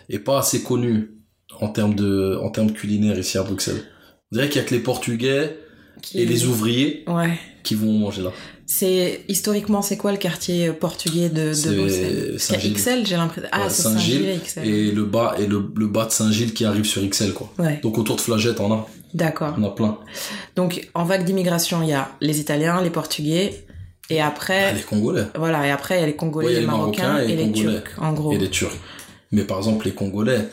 Speaker 8: est pas assez connue en termes de, en termes culinaires ici à Bruxelles. On dirait qu'il y a que les Portugais
Speaker 7: Qui-
Speaker 8: et les ouvriers
Speaker 7: Ouais.
Speaker 8: qui vont manger là.
Speaker 7: C'est historiquement, c'est quoi le quartier euh, portugais de, de Bruxelles
Speaker 8: C'est
Speaker 7: Parce qu'il y a
Speaker 8: Saint-Gilles.
Speaker 7: XL, j'ai l'impression. Ah,
Speaker 8: Ouais,
Speaker 7: c'est
Speaker 8: Saint-Gilles
Speaker 7: Saint-Gilles et XL.
Speaker 8: Et le bas, et le, le bas de Saint-Gilles qui arrive sur XL, quoi.
Speaker 7: Ouais,
Speaker 8: Donc autour de Flagette, on a,
Speaker 7: d'accord.
Speaker 8: on a plein.
Speaker 7: Donc, en vague d'immigration, il y a les Italiens, les Portugais, et après,
Speaker 8: Ah, les Congolais
Speaker 7: voilà, et après, il y a les Congolais,
Speaker 8: Ouais, il y a
Speaker 7: les
Speaker 8: les
Speaker 7: Marocains,
Speaker 8: Marocains
Speaker 7: et,
Speaker 8: et les
Speaker 7: les
Speaker 8: Congolais.
Speaker 7: Turcs, en gros.
Speaker 8: et les Turcs. Mais par exemple, les Congolais,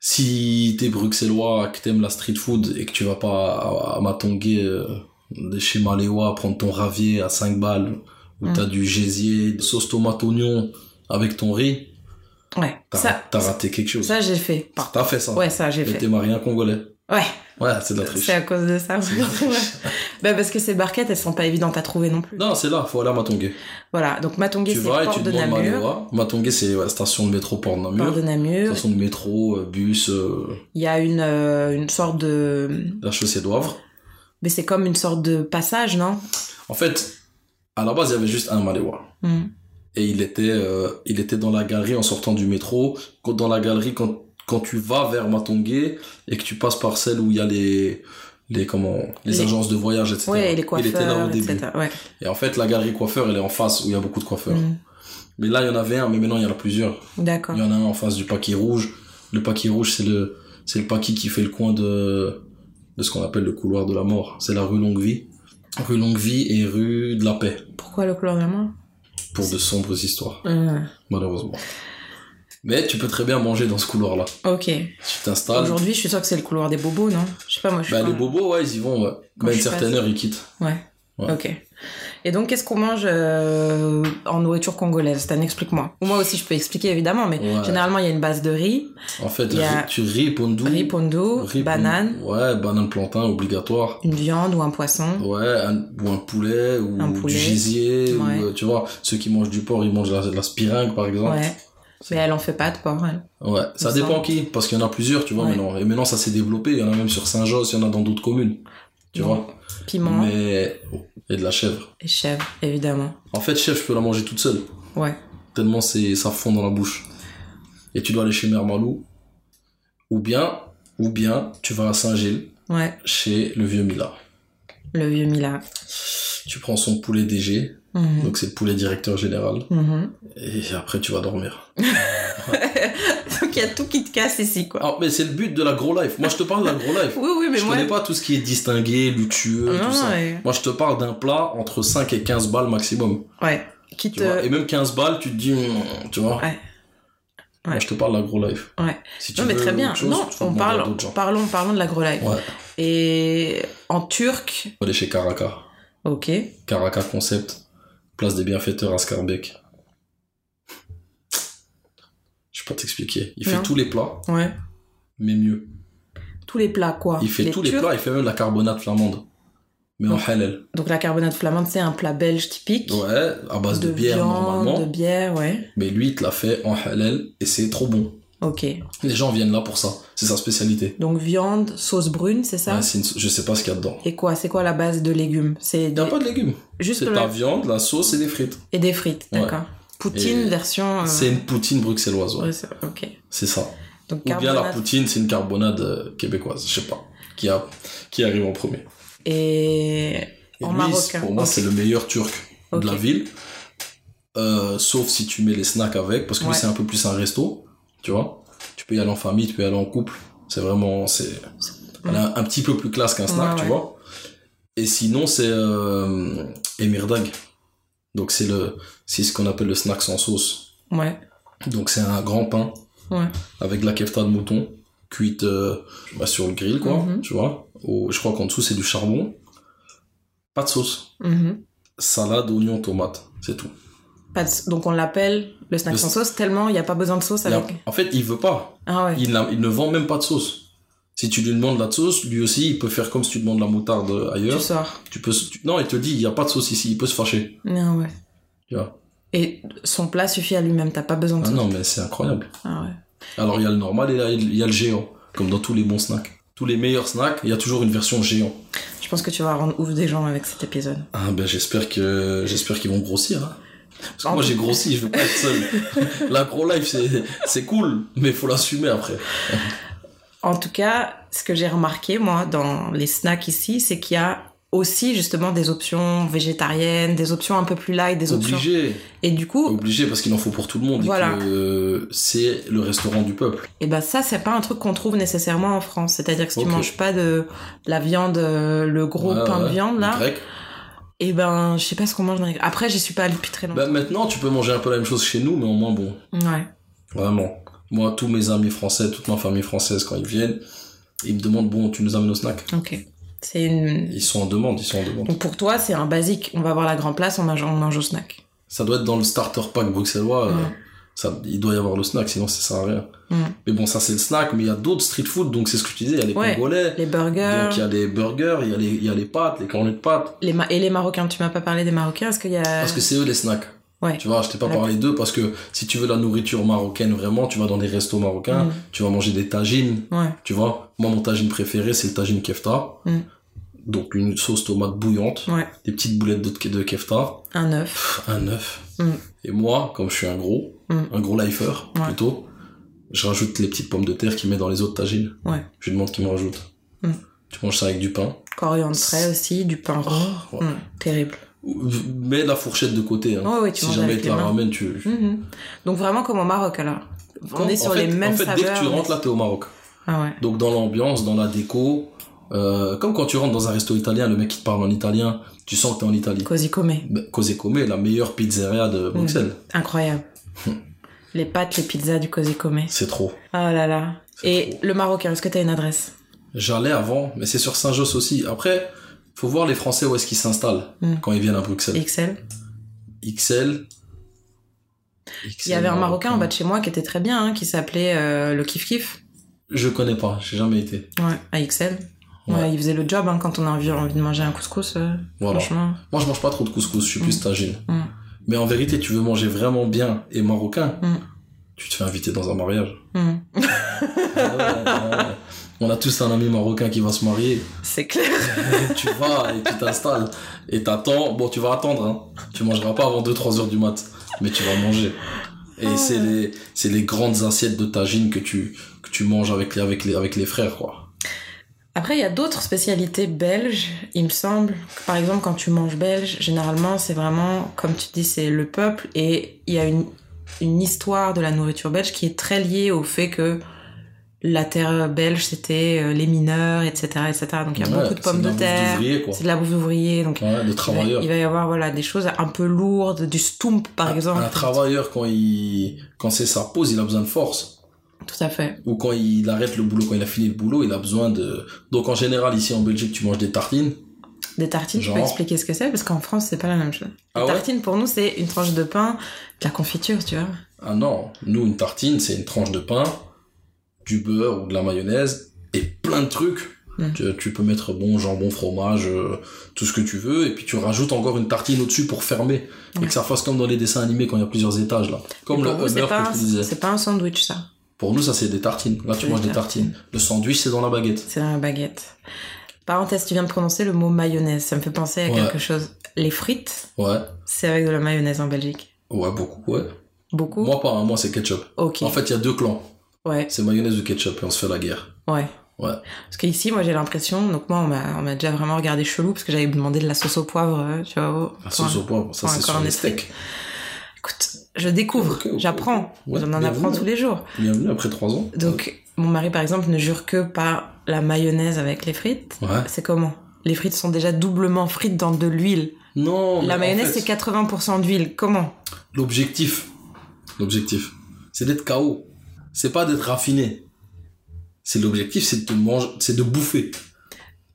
Speaker 8: si t'es bruxellois, que t'aimes la street food et que tu vas pas à, à Matongué, euh, de chez Maléwa, prendre ton ravier à 5 balles, où
Speaker 7: Mm.
Speaker 8: t'as du gésier, de sauce tomate oignon avec ton riz,
Speaker 7: Ouais,
Speaker 8: t'as
Speaker 7: ça,
Speaker 8: t'as raté quelque chose.
Speaker 7: ça j'ai fait. Par-
Speaker 8: T'as fait ça.
Speaker 7: Ouais, ça, j'ai
Speaker 8: et
Speaker 7: fait.
Speaker 8: t'es marié à un Congolais.
Speaker 7: Ouais,
Speaker 8: Ouais, c'est de la triche.
Speaker 7: c'est à cause de ça.
Speaker 8: C'est de la
Speaker 7: Ouais.
Speaker 8: triche.
Speaker 7: Bah, parce que ces barquettes, elles sont pas évidentes à trouver non plus.
Speaker 8: Non, c'est là, faut aller à Matongué.
Speaker 7: Voilà, donc Matongué,
Speaker 8: Tu
Speaker 7: c'est
Speaker 8: vas et
Speaker 7: port
Speaker 8: tu
Speaker 7: de
Speaker 8: demandes
Speaker 7: Namur.
Speaker 8: Maléwa. Matongué, c'est la station de métro Port de
Speaker 7: Port
Speaker 8: Namur.
Speaker 7: de Namur.
Speaker 8: Station de métro, euh, bus, euh,
Speaker 7: Il y a une, euh, une sorte de.
Speaker 8: la chaussée d'Oivre.
Speaker 7: Mais c'est comme une sorte de passage, non
Speaker 8: En fait, à la base, il y avait juste un Maléwa.
Speaker 7: Hmm.
Speaker 8: Et il était, euh, il était dans la galerie en sortant du métro. Quand- Dans la galerie, quand, quand tu vas vers Matongué et que tu passes par celle où il y a les, les, comment, les,
Speaker 7: Les-
Speaker 8: agences de voyage, etc.
Speaker 7: Ouais, et les coiffeurs,
Speaker 8: il était là au début.
Speaker 7: etc. Ouais.
Speaker 8: Et en fait, la galerie coiffeur, elle est en face où il y a beaucoup de coiffeurs.
Speaker 7: Mm.
Speaker 8: Mais là, il y en avait un, mais maintenant, il y en a plusieurs.
Speaker 7: D'accord.
Speaker 8: Il y en a un en face du paquet rouge. Le paquet rouge, c'est le, c'est le paquet qui fait le coin de, de ce qu'on appelle le couloir de la mort. C'est la rue Longue Vie. Rue Longue Vie et rue de la Paix.
Speaker 7: Pourquoi le couleur de la main
Speaker 8: Pour de sombres histoires,
Speaker 7: Hum,
Speaker 8: malheureusement. Mais tu peux très bien manger dans ce couloir-là.
Speaker 7: Ok.
Speaker 8: Tu t'installes.
Speaker 7: Aujourd'hui, je suis sûre que c'est le couloir des bobos, non Je sais pas, moi je suis.
Speaker 8: Bah,
Speaker 7: pas-
Speaker 8: les bobos, ouais, ils y vont. Ouais.
Speaker 7: Quand
Speaker 8: Mais à
Speaker 7: je
Speaker 8: une
Speaker 7: suis
Speaker 8: certaine
Speaker 7: passée.
Speaker 8: heure, ils quittent.
Speaker 7: Ouais.
Speaker 8: Ouais.
Speaker 7: Ok. Et donc, qu'est-ce qu'on mange euh, en nourriture congolaise Stan, explique-moi. Ou moi aussi, je peux expliquer évidemment, mais
Speaker 8: Ouais.
Speaker 7: généralement, il y a une base de riz,
Speaker 8: En fait,
Speaker 7: Il y a-
Speaker 8: ri- tu riz, pondou.
Speaker 7: riz pondo,
Speaker 8: riz pondou.
Speaker 7: banane,
Speaker 8: Ouais, banane plantain, obligatoire.
Speaker 7: une viande ou un poisson.
Speaker 8: Ouais, un- ou un poulet, ou
Speaker 7: Un poulet.
Speaker 8: du gésier. ou,
Speaker 7: Ouais.
Speaker 8: euh, tu vois, ceux qui mangent du porc, ils mangent la, la spiringue, par exemple.
Speaker 7: Ouais. Mais elle en fait pas de porc, elle.
Speaker 8: Ouais, ça
Speaker 7: Il me
Speaker 8: dépend
Speaker 7: semble.
Speaker 8: qui, parce qu'il y en a plusieurs, tu vois,
Speaker 7: Ouais.
Speaker 8: maintenant. Et maintenant, ça s'est développé, il y en a même sur Saint-Jos, il y en a dans d'autres communes, tu
Speaker 7: Non.
Speaker 8: vois.
Speaker 7: Piment
Speaker 8: Mais. oh, Et de la chèvre.
Speaker 7: et chèvre, évidemment.
Speaker 8: En fait, chèvre, je peux la manger toute seule,
Speaker 7: Ouais.
Speaker 8: tellement c'est ça fond dans la bouche. Et tu dois aller chez Mère Malou, ou bien, ou bien, tu vas à Saint-Gilles,
Speaker 7: Ouais.
Speaker 8: chez le vieux Mila.
Speaker 7: Le vieux Mila.
Speaker 8: Tu prends son poulet DG,
Speaker 7: Mhm.
Speaker 8: donc c'est le poulet directeur général,
Speaker 7: Mhm.
Speaker 8: et après, tu vas dormir.
Speaker 7: Donc il y a tout qui te casse ici, quoi.
Speaker 8: Ah, mais c'est le but de la gros life. Moi, je te parle de la gros life.
Speaker 7: Oui, oui, mais
Speaker 8: Oh. je
Speaker 7: moi.
Speaker 8: connais pas tout ce qui est distingué, luxueux,
Speaker 7: Non,
Speaker 8: tout ça.
Speaker 7: ouais.
Speaker 8: Moi, je te parle d'un plat entre 5 et 15 balles maximum.
Speaker 7: Ouais. Qui
Speaker 8: Tu
Speaker 7: te-
Speaker 8: vois et même 15 balles, tu te dis, mm, tu vois.
Speaker 7: Ouais. Ouais.
Speaker 8: Moi, je te parle de la gros life.
Speaker 7: Ouais.
Speaker 8: Si tu
Speaker 7: Non, mais
Speaker 8: veux
Speaker 7: très bien.
Speaker 8: autre chose,
Speaker 7: non,
Speaker 8: tu vas
Speaker 7: on
Speaker 8: demander à
Speaker 7: parle,
Speaker 8: d'autres gens.
Speaker 7: parlons, parlons de la grelaille.
Speaker 8: Ouais.
Speaker 7: Et en turc,
Speaker 8: On va aller chez Caraca.
Speaker 7: ok.
Speaker 8: Caraca Concept, place des bienfaiteurs à Scarbeck. Je peux pas t'expliquer. Il fait
Speaker 7: Non.
Speaker 8: tous les plats,
Speaker 7: Ouais.
Speaker 8: mais mieux.
Speaker 7: Tous les plats, quoi.
Speaker 8: Il fait tous les
Speaker 7: Turcs,
Speaker 8: plats, il fait même de la carbonate flamande. mais en halal.
Speaker 7: Donc la carbonade flamande, c'est un plat belge typique.
Speaker 8: Ouais, à base de, bière
Speaker 7: viande,
Speaker 8: normalement.
Speaker 7: De bière, ouais.
Speaker 8: Mais lui, il te l'a fait en halal et c'est trop bon.
Speaker 7: Ok.
Speaker 8: Les gens viennent là pour ça. C'est sa spécialité.
Speaker 7: Donc viande, sauce brune, c'est ça
Speaker 8: Ouais, c'est une- Je sais pas ce qu'il y a dedans.
Speaker 7: Et quoi C'est quoi la base de légumes C'est
Speaker 8: Il n'y a
Speaker 7: des-
Speaker 8: pas de légumes.
Speaker 7: juste
Speaker 8: C'est
Speaker 7: de
Speaker 8: de
Speaker 7: la-
Speaker 8: la viande, la sauce et des frites.
Speaker 7: et des frites,
Speaker 8: Ouais.
Speaker 7: d'accord. Poutine
Speaker 8: Et-
Speaker 7: version. euh,
Speaker 8: C'est une poutine bruxelloise, ouais.
Speaker 7: ouais, c'est- ok.
Speaker 8: C'est ça.
Speaker 7: Donc
Speaker 8: Ou bien la
Speaker 7: carbonate
Speaker 8: poutine, c'est une carbonade euh, québécoise, je sais pas. Qui, a... qui arrive en premier.
Speaker 7: et
Speaker 8: Et
Speaker 7: En
Speaker 8: lui,
Speaker 7: marocain,
Speaker 8: c'est- pour moi,
Speaker 7: ok.
Speaker 8: c'est le meilleur turc
Speaker 7: Ok.
Speaker 8: de la ville. Euh, sauf si tu mets les snacks avec, parce que lui,
Speaker 7: Ouais.
Speaker 8: c'est un peu plus un resto, tu vois. Tu peux y aller en famille, tu peux y aller en couple. C'est vraiment, c'est elle est un, un petit peu plus classe qu'un snack,
Speaker 7: Ouais,
Speaker 8: tu
Speaker 7: ouais.
Speaker 8: vois. Et sinon, c'est euh, Emirdag. Donc c'est le, c'est ce qu'on appelle le snack sans sauce.
Speaker 7: ouais,
Speaker 8: Donc c'est un grand pain
Speaker 7: ouais,
Speaker 8: avec de la kefta de mouton cuite euh, bah, sur le grill, quoi.
Speaker 7: Mhm.
Speaker 8: Tu vois. Au- je crois qu'en dessous c'est du charbon. Pas de sauce
Speaker 7: mhm.
Speaker 8: salade, oignon, tomate, c'est tout.
Speaker 7: Pas de- Donc on l'appelle le snack
Speaker 8: Le-
Speaker 7: sans sauce tellement il n'y a pas besoin de sauce
Speaker 8: Il a-
Speaker 7: avec.
Speaker 8: En fait, il veut pas.
Speaker 7: Ah ouais.
Speaker 8: Il, n'a- il ne vend même pas de sauce. Si tu lui demandes la sauce, lui aussi, il peut faire comme si tu demandes la moutarde
Speaker 7: Tu
Speaker 8: ailleurs.
Speaker 7: sors.
Speaker 8: Tu peux, se- tu- non, il te dit, il n'y a pas de sauce ici, il peut se fâcher.
Speaker 7: Ah ouais.
Speaker 8: Tu vois.
Speaker 7: Et son plat suffit à lui-même. T'as pas besoin de
Speaker 8: Ah
Speaker 7: sauce.
Speaker 8: non, mais c'est incroyable.
Speaker 7: Ah ouais.
Speaker 8: Alors, il y a le normal et là, il y a le géant. Comme dans tous les bons snacks. Tous les meilleurs snacks, il y a toujours une version géant.
Speaker 7: Je pense que tu vas rendre ouf des gens avec cet épisode.
Speaker 8: Ah ben, j'espère que, j'espère qu'ils vont grossir. hein. Parce que
Speaker 7: En
Speaker 8: moi,
Speaker 7: tout-
Speaker 8: j'ai grossi, je veux pas être seul. la gros life, c'est, c'est cool, mais faut l'assumer après.
Speaker 7: En tout cas, ce que j'ai remarqué, moi, dans les snacks ici, c'est qu'il y a aussi justement des options végétariennes, des options un peu plus light, des options.
Speaker 8: Obligé.
Speaker 7: Et du coup,
Speaker 8: Obligé parce qu'il en faut pour tout le monde
Speaker 7: Voilà.
Speaker 8: et que euh, c'est le restaurant du peuple.
Speaker 7: et ben ça, c'est pas un truc qu'on trouve nécessairement en France. C'est-à-dire que si
Speaker 8: Ok.
Speaker 7: tu manges pas de la viande, euh, le gros
Speaker 8: Ouais,
Speaker 7: pain de
Speaker 8: Ah, ouais.
Speaker 7: viande là,
Speaker 8: Grec.
Speaker 7: et ben je sais pas ce qu'on mange dans les. Après, j'y suis pas allée depuis très longtemps.
Speaker 8: Bah, maintenant, tu peux manger un peu la même chose chez nous, mais au moins bon.
Speaker 7: Ouais.
Speaker 8: Vraiment. Moi, tous mes amis français, toute ma famille française, quand ils viennent, ils me demandent Bon, tu nous amènes au snack
Speaker 7: Ok. C'est une.
Speaker 8: Ils sont en demande, ils sont en demande.
Speaker 7: Donc pour toi, c'est un basique. On va voir la grande place, on mange, on mange au snack.
Speaker 8: Ça doit être dans le starter pack bruxellois. euh,
Speaker 7: Ouais.
Speaker 8: ça, il doit y avoir le snack, sinon ça sert à rien.
Speaker 7: Mm.
Speaker 8: Mais bon, ça, c'est le snack, mais il y a d'autres street food, donc c'est ce que je te disais il y a les
Speaker 7: Ouais.
Speaker 8: Congolais.
Speaker 7: Les burgers.
Speaker 8: Donc, il y a les burgers, il y a les, il y a les pâtes, les cornets de pâtes.
Speaker 7: Les Ma- et les Marocains, tu m'as pas parlé des Marocains, est-ce qu'il y a...
Speaker 8: Parce que c'est eux les snacks.
Speaker 7: Ouais.
Speaker 8: Tu vois, je t'ai pas
Speaker 7: La-
Speaker 8: parlé d'eux parce que si tu veux la nourriture marocaine vraiment, tu vas dans des restos marocains,
Speaker 7: Mm.
Speaker 8: tu vas manger des tagines,
Speaker 7: Ouais.
Speaker 8: tu vois. Moi, mon tagine préféré, c'est le tagine kefta.
Speaker 7: Mm.
Speaker 8: Donc, une sauce tomate bouillante,
Speaker 7: Ouais.
Speaker 8: des petites boulettes de, de kefta,
Speaker 7: Un œuf.
Speaker 8: pff, un œuf.
Speaker 7: Mm.
Speaker 8: Et moi, comme je suis un gros,
Speaker 7: Mm.
Speaker 8: un gros lifer
Speaker 7: Ouais.
Speaker 8: plutôt, je rajoute les petites pommes de terre qu'il met dans les autres tagines.
Speaker 7: Ouais.
Speaker 8: Je lui demande qu'il me rajoute.
Speaker 7: Mm.
Speaker 8: Tu manges ça avec du pain.
Speaker 7: Coriandre frais aussi, du pain roux.
Speaker 8: Oh, ouais.
Speaker 7: Hum, terrible.
Speaker 8: Mets la fourchette de côté. hein.
Speaker 7: Ouais, ouais, tu
Speaker 8: si
Speaker 7: manges
Speaker 8: jamais
Speaker 7: avec
Speaker 8: il te
Speaker 7: les
Speaker 8: la
Speaker 7: mains.
Speaker 8: ramène, tu,
Speaker 7: Mhm. Donc vraiment comme au Maroc alors. On
Speaker 8: Quand-
Speaker 7: est sur
Speaker 8: en fait-
Speaker 7: les mêmes
Speaker 8: En fait,
Speaker 7: saveurs.
Speaker 8: dès que tu
Speaker 7: mais-
Speaker 8: rentres, là, t'es au Maroc.
Speaker 7: Ah ouais.
Speaker 8: Donc, dans l'ambiance, dans la déco, euh, comme quand tu rentres dans un resto italien, le mec qui te parle en italien, tu sens que t'es en Italie.
Speaker 7: Cosy come.
Speaker 8: Ben, Cosé Come, la meilleure pizzeria de Bruxelles.
Speaker 7: Incroyable. les pâtes, les pizzas du Cosy come.
Speaker 8: C'est trop.
Speaker 7: Ah là là.
Speaker 8: C'est
Speaker 7: Et
Speaker 8: trop.
Speaker 7: le Marocain, est-ce que t'as une adresse
Speaker 8: J'allais avant, mais c'est sur Saint-Josse aussi. Après, faut voir les Français où est-ce qu'ils s'installent
Speaker 7: Mm.
Speaker 8: quand ils viennent à Bruxelles.
Speaker 7: XL
Speaker 8: XL.
Speaker 7: Il y avait un Marocain en bas de chez moi qui était très bien, hein, qui s'appelait euh, le Kif Kif.
Speaker 8: Je connais pas, j'ai jamais été.
Speaker 7: Ouais, à XL. Ouais,
Speaker 8: Ouais.
Speaker 7: il faisait le job hein, quand on a envie, envie de manger un couscous. euh,
Speaker 8: Voilà.
Speaker 7: Franchement.
Speaker 8: Moi, je mange pas trop de couscous, je suis plus
Speaker 7: Mm.
Speaker 8: tagine.
Speaker 7: Mm.
Speaker 8: Mais en vérité, tu veux manger vraiment bien et marocain,
Speaker 7: Mm.
Speaker 8: tu te fais inviter dans un mariage.
Speaker 7: Hum.
Speaker 8: Ah ouais, ah ouais. On a tous un ami marocain qui va se marier.
Speaker 7: C'est clair.
Speaker 8: tu vas et tu t'installes. Et t'attends. Bon, tu vas attendre. Hein. Tu mangeras pas avant 2-3 heures du mat. Mais tu vas manger. Et c'est les, c'est les grandes assiettes de tagine que tu, que tu manges avec les, avec les, avec les frères, quoi.
Speaker 7: Après, il y a d'autres spécialités belges, il me semble. Par exemple, quand tu manges belge, généralement, c'est vraiment, comme tu dis, c'est le peuple. Et il y a une, une histoire de la nourriture belge qui est très liée au fait que la terre belge, c'était euh, les mineurs, etc. etc. Donc, il y a
Speaker 8: Ouais,
Speaker 7: beaucoup de
Speaker 8: c'est
Speaker 7: pommes
Speaker 8: la
Speaker 7: de
Speaker 8: bouffe
Speaker 7: terre.
Speaker 8: d'ouvrier, quoi.
Speaker 7: C'est de la bouffe d'ouvrier. Donc,
Speaker 8: Ouais, de
Speaker 7: il va,
Speaker 8: travailleurs.
Speaker 7: il va y avoir voilà, des choses un peu lourdes, du stoump, par exemple.
Speaker 8: Un travailleur, quand, il, quand c'est sa pause, il a besoin de force.
Speaker 7: Tout à fait.
Speaker 8: Ou quand il arrête le boulot, quand il a fini le boulot, il a besoin de. Donc en général, ici en Belgique, tu manges des tartines.
Speaker 7: Des tartines, je peux
Speaker 8: Genre.
Speaker 7: expliquer ce que c'est Parce qu'en France, c'est pas la même chose.
Speaker 8: Ah
Speaker 7: Une
Speaker 8: ouais
Speaker 7: tartine, pour nous, c'est une tranche de pain, de la confiture, tu vois.
Speaker 8: Ah non, nous, une tartine, c'est une tranche de pain, du beurre ou de la mayonnaise et plein de trucs
Speaker 7: Mm.
Speaker 8: Tu, tu peux mettre bon jambon, fromage, euh, tout ce que tu veux, et puis tu rajoutes encore une tartine au-dessus pour fermer, et que ça fasse comme dans les dessins animés quand il y a plusieurs étages là. Comme
Speaker 7: Mais
Speaker 8: le
Speaker 7: pour vous,
Speaker 8: Hummer
Speaker 7: c'est pas,
Speaker 8: que
Speaker 7: un-
Speaker 8: je te disais.
Speaker 7: c'est pas un sandwich, ça.
Speaker 8: Pour nous, ça c'est des tartines. Là, tu
Speaker 7: Des
Speaker 8: manges des
Speaker 7: tartines.
Speaker 8: tartines. Le sandwich, c'est dans la baguette.
Speaker 7: C'est dans la baguette. Parenthèse, tu viens de prononcer le mot mayonnaise. Ça me fait penser à
Speaker 8: Ouais.
Speaker 7: quelque chose. Les frites,
Speaker 8: Ouais,
Speaker 7: c'est avec de la mayonnaise en Belgique.
Speaker 8: ouais, beaucoup, ouais.
Speaker 7: Beaucoup
Speaker 8: Moi, pas, hein. moi, c'est ketchup.
Speaker 7: Ok.
Speaker 8: En fait, il y a deux clans.
Speaker 7: ouais,
Speaker 8: C'est mayonnaise ou ketchup, et on se fait la guerre.
Speaker 7: ouais.
Speaker 8: Ouais.
Speaker 7: Parce qu'ici, moi, j'ai l'impression. Donc, moi, on m'a on m'a déjà vraiment regardé chelou parce que j'avais demandé de la sauce au poivre, euh, tu vois. au-
Speaker 8: La sauce au poivre, ça
Speaker 7: Ouais,
Speaker 8: c'est
Speaker 7: encore
Speaker 8: sur
Speaker 7: un
Speaker 8: les
Speaker 7: esprit.
Speaker 8: steaks.
Speaker 7: Écoute, je découvre,
Speaker 8: Ok, ok,
Speaker 7: j'apprends.
Speaker 8: ok. Ouais,
Speaker 7: on en
Speaker 8: bien
Speaker 7: apprend
Speaker 8: vu.
Speaker 7: tous les jours.
Speaker 8: Bienvenue après trois ans. Euh,
Speaker 7: Donc, mon mari, par exemple, ne jure que par la mayonnaise avec les frites.
Speaker 8: Ouais.
Speaker 7: C'est comment Les frites sont déjà doublement frites dans de l'huile.
Speaker 8: Non.
Speaker 7: La
Speaker 8: mais en
Speaker 7: mayonnaise,
Speaker 8: fait,
Speaker 7: c'est 80% d'huile. Comment
Speaker 8: L'objectif, l'objectif, c'est d'être KO. C'est pas d'être raffiné. C'est l'objectif, c'est de te manger, c'est de bouffer.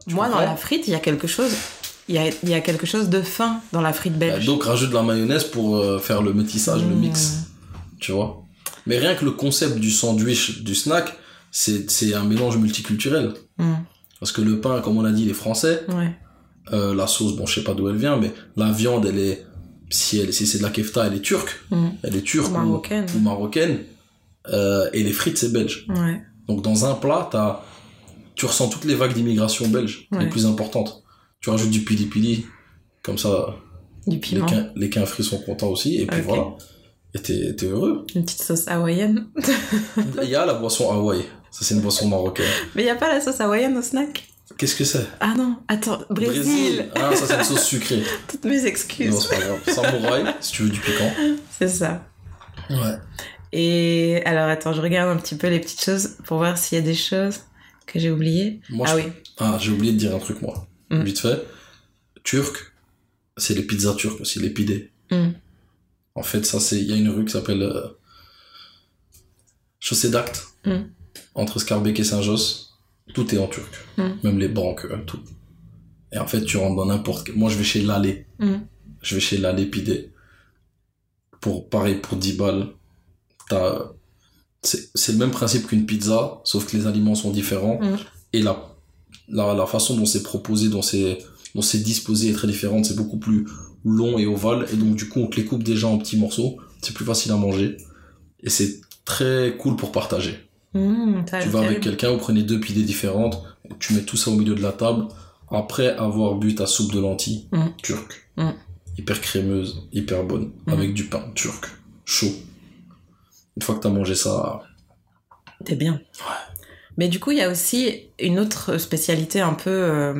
Speaker 7: Moi, dans
Speaker 8: comprends
Speaker 7: la frite, il y a quelque chose. Il y a, il y a quelque chose de fin dans la frite
Speaker 8: Euh,
Speaker 7: belge.
Speaker 8: Donc rajoute de la mayonnaise pour euh, faire le métissage, le
Speaker 7: Mmh.
Speaker 8: mix. Tu vois. Mais rien que le concept du sandwich, du snack, c'est c'est un mélange multiculturel.
Speaker 7: Mm.
Speaker 8: Parce que le pain, comme on l'a dit, il est français.
Speaker 7: Ouais.
Speaker 8: Euh, la sauce, bon, je sais pas d'où elle vient, mais la viande, elle est, si elle, si c'est de la kefta, elle est turque.
Speaker 7: Mm.
Speaker 8: Elle est turque
Speaker 7: Ou
Speaker 8: ou
Speaker 7: marocaine.
Speaker 8: ou marocaine. Euh, et les frites, c'est belge.
Speaker 7: Ouais.
Speaker 8: Donc, dans un plat, t'as, tu ressens toutes les vagues d'immigration belge,
Speaker 7: Ouais.
Speaker 8: les plus importantes. Tu rajoutes du pili pili, comme ça,
Speaker 7: Du
Speaker 8: les
Speaker 7: piment.
Speaker 8: quin- les quinfris sont contents aussi, et puis
Speaker 7: Ok.
Speaker 8: voilà. Et t'es, t'es heureux.
Speaker 7: Une petite sauce hawaïenne.
Speaker 8: Il y a la boisson Hawaï. Ça, c'est une boisson marocaine.
Speaker 7: Mais il n'y a pas la sauce hawaïenne au snack
Speaker 8: Qu'est-ce que c'est
Speaker 7: Ah non, attends, Brésil.
Speaker 8: Ah, ça, c'est une sauce sucrée.
Speaker 7: Toutes mes
Speaker 8: non,
Speaker 7: excuses.
Speaker 8: c'est pas grave. Samouraï, si tu veux du piquant.
Speaker 7: C'est ça.
Speaker 8: Ouais.
Speaker 7: Et alors, attends, je regarde un petit peu les petites choses pour voir s'il y a des choses que j'ai oubliées.
Speaker 8: Moi,
Speaker 7: ah
Speaker 8: je-
Speaker 7: oui.
Speaker 8: Ah, j'ai oublié de dire un truc, moi.
Speaker 7: Mm.
Speaker 8: Vite fait. Turc, c'est les pizzas turques aussi, les pidées.
Speaker 7: Mm.
Speaker 8: En fait, ça, c'est. Il y a une rue qui s'appelle. euh, Chaussée d'Acte.
Speaker 7: Mm.
Speaker 8: Entre Scarbeck et Saint-Josse. Tout est en turc.
Speaker 7: Mm.
Speaker 8: Même les banques, euh, tout. Et en fait, tu rentres dans n'importe. quel- Moi, je vais chez l'allée.
Speaker 7: Mm.
Speaker 8: Je vais chez l'allée pidée. Pour, pareil, pour 10 balles. T'as. C'est c'est le même principe qu'une pizza, sauf que les aliments sont différents.
Speaker 7: Mm.
Speaker 8: Et la la, la façon dont c'est proposé, dont c'est, dont c'est disposé est très différente. C'est beaucoup plus long et ovale. Et donc, du coup, on te les coupe déjà en petits morceaux. C'est plus facile à manger. Et c'est très cool pour partager.
Speaker 7: Mmh, ça a
Speaker 8: Tu
Speaker 7: l'air
Speaker 8: vas avec
Speaker 7: terrible.
Speaker 8: quelqu'un, vous prenez deux pidées différentes. Tu mets tout ça au milieu de la table. Après avoir bu ta soupe de lentilles
Speaker 7: Mhm.
Speaker 8: turque.
Speaker 7: Mhm.
Speaker 8: Hyper crémeuse, hyper bonne.
Speaker 7: Mhm.
Speaker 8: Avec du pain turc. Chaud. Une fois que t'as mangé ça,
Speaker 7: T'es bien. Mais du coup, il y a aussi une autre spécialité un peu euh,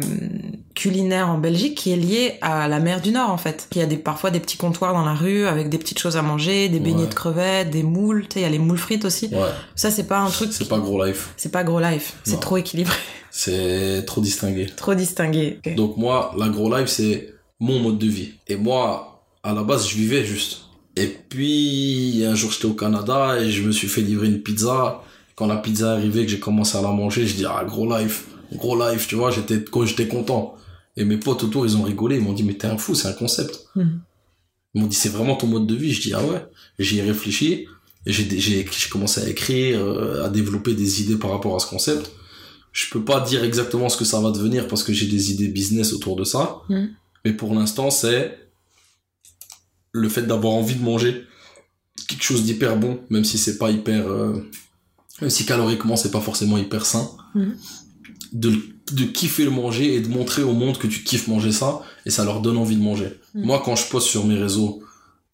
Speaker 7: culinaire en Belgique qui est liée à la mer du Nord, en fait. Il y a des, parfois des petits comptoirs dans la rue avec des petites choses à manger, des beignets
Speaker 8: Ouais.
Speaker 7: de crevettes, des moules, tu sais, il y a les moules frites aussi.
Speaker 8: ouais,
Speaker 7: Ça, c'est pas un truc...
Speaker 8: c'est pas gros life.
Speaker 7: C'est pas gros life. C'est
Speaker 8: Non.
Speaker 7: trop équilibré,
Speaker 8: C'est trop distingué.
Speaker 7: trop distingué. Ok.
Speaker 8: Donc moi, l'agro life, c'est mon mode de vie. Et moi, à la base, je vivais juste. Et puis, un jour, j'étais au Canada et je me suis fait livrer une pizza. Quand la pizza est arrivée, que j'ai commencé à la manger, je dis, ah, gros life, gros life, tu vois, j'étais, quand j'étais content. Et mes potes autour, ils ont rigolé, ils m'ont dit, mais t'es un fou, c'est un concept.
Speaker 7: Mhm.
Speaker 8: Ils m'ont dit, c'est vraiment ton mode de vie. Je dis, ah ouais. J'y ai réfléchi. et J'ai, j'ai, écrit- j'ai commencé à écrire, euh, à développer des idées par rapport à ce concept je peux pas dire exactement ce que ça va devenir parce que j'ai des idées business autour de ça.
Speaker 7: Mhm.
Speaker 8: Mais pour l'instant, c'est le fait d'avoir envie de manger quelque chose d'hyper bon, même si c'est pas hyper, euh, même si caloriquement c'est pas forcément hyper sain.
Speaker 7: Mhm.
Speaker 8: De, de kiffer le manger et de montrer au monde que tu kiffes manger ça et ça leur donne envie de manger.
Speaker 7: Mhm.
Speaker 8: Moi, quand je poste sur mes réseaux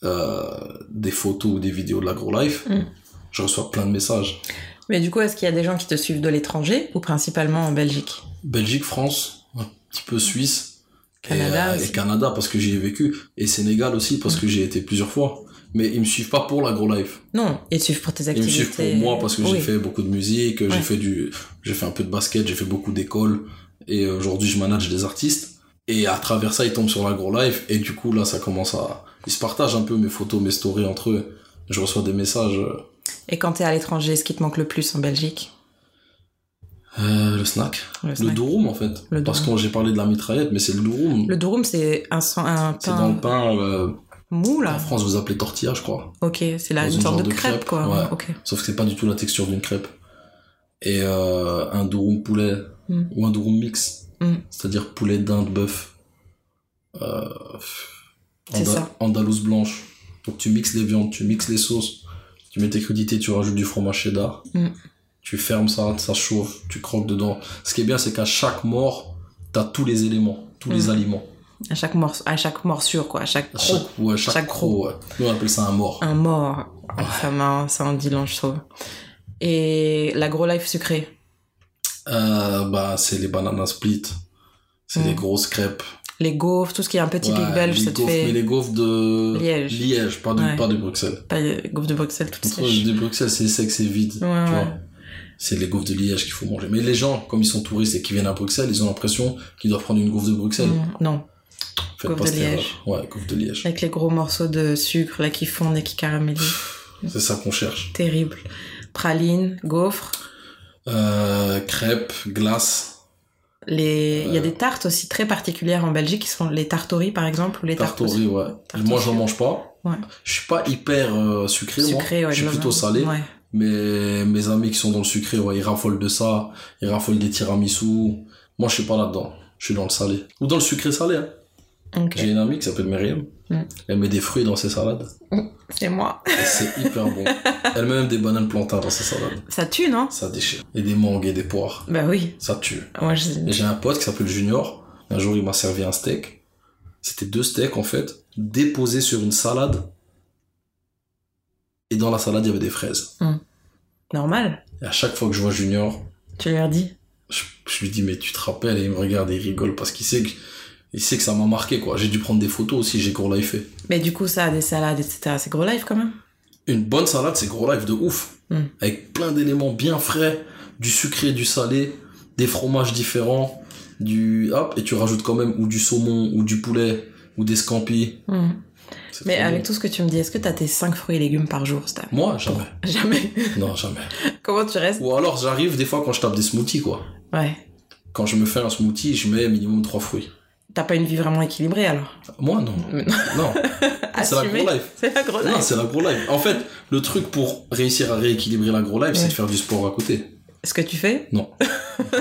Speaker 8: euh, des photos ou des vidéos de l'agro life,
Speaker 7: Mhm.
Speaker 8: je reçois plein de messages.
Speaker 7: Mais du coup, est-ce qu'il y a des gens qui te suivent de l'étranger ou principalement en Belgique
Speaker 8: Belgique, France, un petit peu Suisse, et,
Speaker 7: Canada
Speaker 8: euh, et,
Speaker 7: aussi. Mm.
Speaker 8: Canada parce que j'y ai vécu, et Sénégal aussi parce que j'y ai été plusieurs fois. Mais ils me suivent pas pour l'agro-life.
Speaker 7: Non, ils te suivent pour tes
Speaker 8: Ils me
Speaker 7: activités.
Speaker 8: suivent pour moi parce que
Speaker 7: Oui.
Speaker 8: j'ai fait beaucoup de musique,
Speaker 7: Ouais.
Speaker 8: j'ai fait du, j'ai fait un peu de basket, j'ai fait beaucoup d'écoles, et aujourd'hui je manage des artistes. Et à travers ça, ils tombent sur l'agro-life, et du coup là, ça commence à, ils se partagent un peu mes photos, mes stories entre eux. Je reçois des messages. euh,
Speaker 7: Et quand t'es à l'étranger, ce qui te manque le plus en Belgique
Speaker 8: euh, le snack,
Speaker 7: Le
Speaker 8: le,
Speaker 7: snack.
Speaker 8: durum en fait.
Speaker 7: Le
Speaker 8: Parce
Speaker 7: durum.
Speaker 8: que j'ai parlé de la mitraillette, mais c'est le durum.
Speaker 7: Le durum, c'est un, sang- un
Speaker 8: C'est dans
Speaker 7: pain
Speaker 8: le pain. euh,
Speaker 7: mou, là
Speaker 8: En France, vous appelez tortilla, je crois.
Speaker 7: Ok, c'est là
Speaker 8: Dans
Speaker 7: une,
Speaker 8: une
Speaker 7: sorte de
Speaker 8: genre de
Speaker 7: crêpe,
Speaker 8: crêpe,
Speaker 7: quoi.
Speaker 8: ouais.
Speaker 7: Ok.
Speaker 8: Sauf que c'est pas du tout la texture d'une crêpe. Et euh, un durum poulet,
Speaker 7: Mm.
Speaker 8: ou un durum mix,
Speaker 7: Mm.
Speaker 8: c'est-à-dire poulet d'Inde, bœuf, euh,
Speaker 7: C'est
Speaker 8: Anda-
Speaker 7: ça.
Speaker 8: andalouse blanche. Donc tu mixes les viandes, tu mixes les sauces, tu mets tes crudités, tu rajoutes du fromage cheddar,
Speaker 7: Mm.
Speaker 8: tu fermes ça, ça chauffe, tu croques dedans. Ce qui est bien, c'est qu'à chaque mort, t'as tous les éléments, tous les
Speaker 7: Mm.
Speaker 8: aliments.
Speaker 7: À chaque, morce- à chaque morsure, quoi, à chaque
Speaker 8: À
Speaker 7: croc.
Speaker 8: chaque, ouais, à chaque,
Speaker 7: Chaque
Speaker 8: croc, ouais. Nous, on appelle ça un mort.
Speaker 7: Un mort. Ah, Ça, m'a- ça en dit long, je trouve. Et la gros life sucrée.
Speaker 8: Euh, bah, c'est les bananas split. C'est
Speaker 7: Mm.
Speaker 8: les grosses crêpes.
Speaker 7: Les gaufres, tout ce qui est un peu typique
Speaker 8: Ouais,
Speaker 7: belge,
Speaker 8: les
Speaker 7: ça te
Speaker 8: gaufres,
Speaker 7: fait.
Speaker 8: Mais les gaufres de
Speaker 7: Liège.
Speaker 8: pas, de,
Speaker 7: Ouais.
Speaker 8: pas de Bruxelles.
Speaker 7: Pas les gaufres de Bruxelles, toutes
Speaker 8: Entre
Speaker 7: sèches.
Speaker 8: de Bruxelles, c'est sec, c'est vide.
Speaker 7: Ouais,
Speaker 8: tu
Speaker 7: ouais.
Speaker 8: vois. C'est les gaufres de Liège qu'il faut manger. Mais les gens, comme ils sont touristes et qu'ils viennent à Bruxelles, ils ont l'impression qu'ils doivent prendre une gaufre de Bruxelles.
Speaker 7: Mm, Non,
Speaker 8: Faites
Speaker 7: gaufre de
Speaker 8: pas cette
Speaker 7: Liège.
Speaker 8: erreur. Ouais, gaufre de Liège.
Speaker 7: avec les gros morceaux de sucre là qui fondent et qui caramélisent.
Speaker 8: C'est ça qu'on cherche.
Speaker 7: Terrible. Praline, gaufres.
Speaker 8: Euh, crêpes, glace,
Speaker 7: Les... Il y a
Speaker 8: Euh.
Speaker 7: des tartes aussi très particulières en Belgique qui sont les tartories par exemple ou les tartes
Speaker 8: tartorie, ouais.
Speaker 7: Tarte
Speaker 8: moi,
Speaker 7: au
Speaker 8: j'en
Speaker 7: sucre.
Speaker 8: mange pas.
Speaker 7: Ouais.
Speaker 8: Je suis pas hyper euh, sucré, moi.
Speaker 7: sucrées. ouais,
Speaker 8: je suis
Speaker 7: le
Speaker 8: plutôt
Speaker 7: vin.
Speaker 8: salé.
Speaker 7: Ouais.
Speaker 8: Mais mes amis qui sont dans le sucré, ouais, ils raffolent de ça, ils raffolent des tiramisu. Moi, je suis pas là-dedans. Je suis dans le salé. Ou dans le sucré salé. hein.
Speaker 7: Ok.
Speaker 8: J'ai une amie qui s'appelle Myriam.
Speaker 7: Mm.
Speaker 8: Elle met des fruits dans ses salades.
Speaker 7: C'est moi.
Speaker 8: Et c'est hyper bon. Elle met même des bananes plantains dans ses salades.
Speaker 7: Ça tue, non
Speaker 8: Ça déchire. Et des mangues et des poires.
Speaker 7: Bah oui.
Speaker 8: Ça tue.
Speaker 7: Moi, je...
Speaker 8: Et J'ai un pote qui s'appelle Junior. Un jour, il m'a servi un steak. C'était deux steaks, en fait, déposés sur une salade. Et dans la salade, il y avait des fraises.
Speaker 7: normal.
Speaker 8: Et à chaque fois que je vois Junior,
Speaker 7: Tu lui as dit.
Speaker 8: je, je lui dis mais tu te rappelles et il me regarde et il rigole parce qu'il sait que il sait que ça m'a marqué quoi j'ai dû prendre des photos aussi j'ai gros life fait
Speaker 7: Mais du coup, ça, des salades, etc. C'est gros life quand même.
Speaker 8: une bonne salade c'est gros life de ouf
Speaker 7: Mm.
Speaker 8: avec plein d'éléments bien frais du sucré du salé des fromages différents du hop et tu rajoutes quand même ou du saumon ou du poulet ou des scampis
Speaker 7: Mm.
Speaker 8: C'est
Speaker 7: Mais
Speaker 8: trop
Speaker 7: avec
Speaker 8: bon.
Speaker 7: tout ce que tu me dis, est-ce que t'as tes 5 fruits et légumes par jour, Stan
Speaker 8: moi jamais
Speaker 7: Jamais.
Speaker 8: non jamais
Speaker 7: Comment tu restes
Speaker 8: ou alors j'arrive des fois quand je tape des smoothies quoi
Speaker 7: Ouais.
Speaker 8: quand je me fais un smoothie je mets minimum trois fruits
Speaker 7: T'as pas une vie vraiment équilibrée alors.
Speaker 8: moi non
Speaker 7: Mais
Speaker 8: non Ah, c'est la
Speaker 7: Assumer.
Speaker 8: gros life
Speaker 7: C'est la gros
Speaker 8: Non,
Speaker 7: life.
Speaker 8: c'est l'agro live. En fait, le truc pour réussir à rééquilibrer l'agro live, c'est
Speaker 7: Ouais.
Speaker 8: de faire du sport à côté.
Speaker 7: Ce que tu fais
Speaker 8: Non.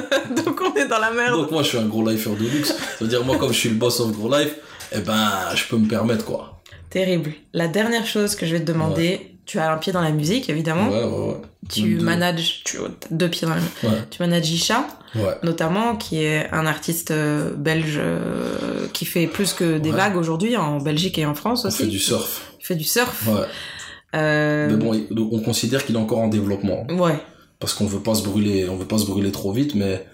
Speaker 7: Donc on est dans la merde.
Speaker 8: Donc moi, je suis un gros lifer de luxe. Ça veut dire moi, comme je suis le boss of gros life, eh ben, je peux me permettre quoi.
Speaker 7: Terrible. La dernière chose que je vais te demander, tu as un pied dans la musique évidemment.
Speaker 8: ouais, ouais,
Speaker 7: Hein Tu
Speaker 8: Deux.
Speaker 7: manages, tu t'as deux pieds dans la musique.
Speaker 8: ouais, ouais,
Speaker 7: Tu manages Isha,
Speaker 8: ouais.
Speaker 7: notamment, qui est un artiste euh, belge euh, qui fait plus que des
Speaker 8: Ouais.
Speaker 7: vagues aujourd'hui en Belgique et en France
Speaker 8: On
Speaker 7: aussi.
Speaker 8: fait du surf.
Speaker 7: Il fait du surf.
Speaker 8: Ouais.
Speaker 7: Euh,
Speaker 8: Mais bon, il- on considère qu'il est encore en développement
Speaker 7: Ouais.
Speaker 8: parce qu'on veut pas se brûler, on veut pas se brûler trop vite, mais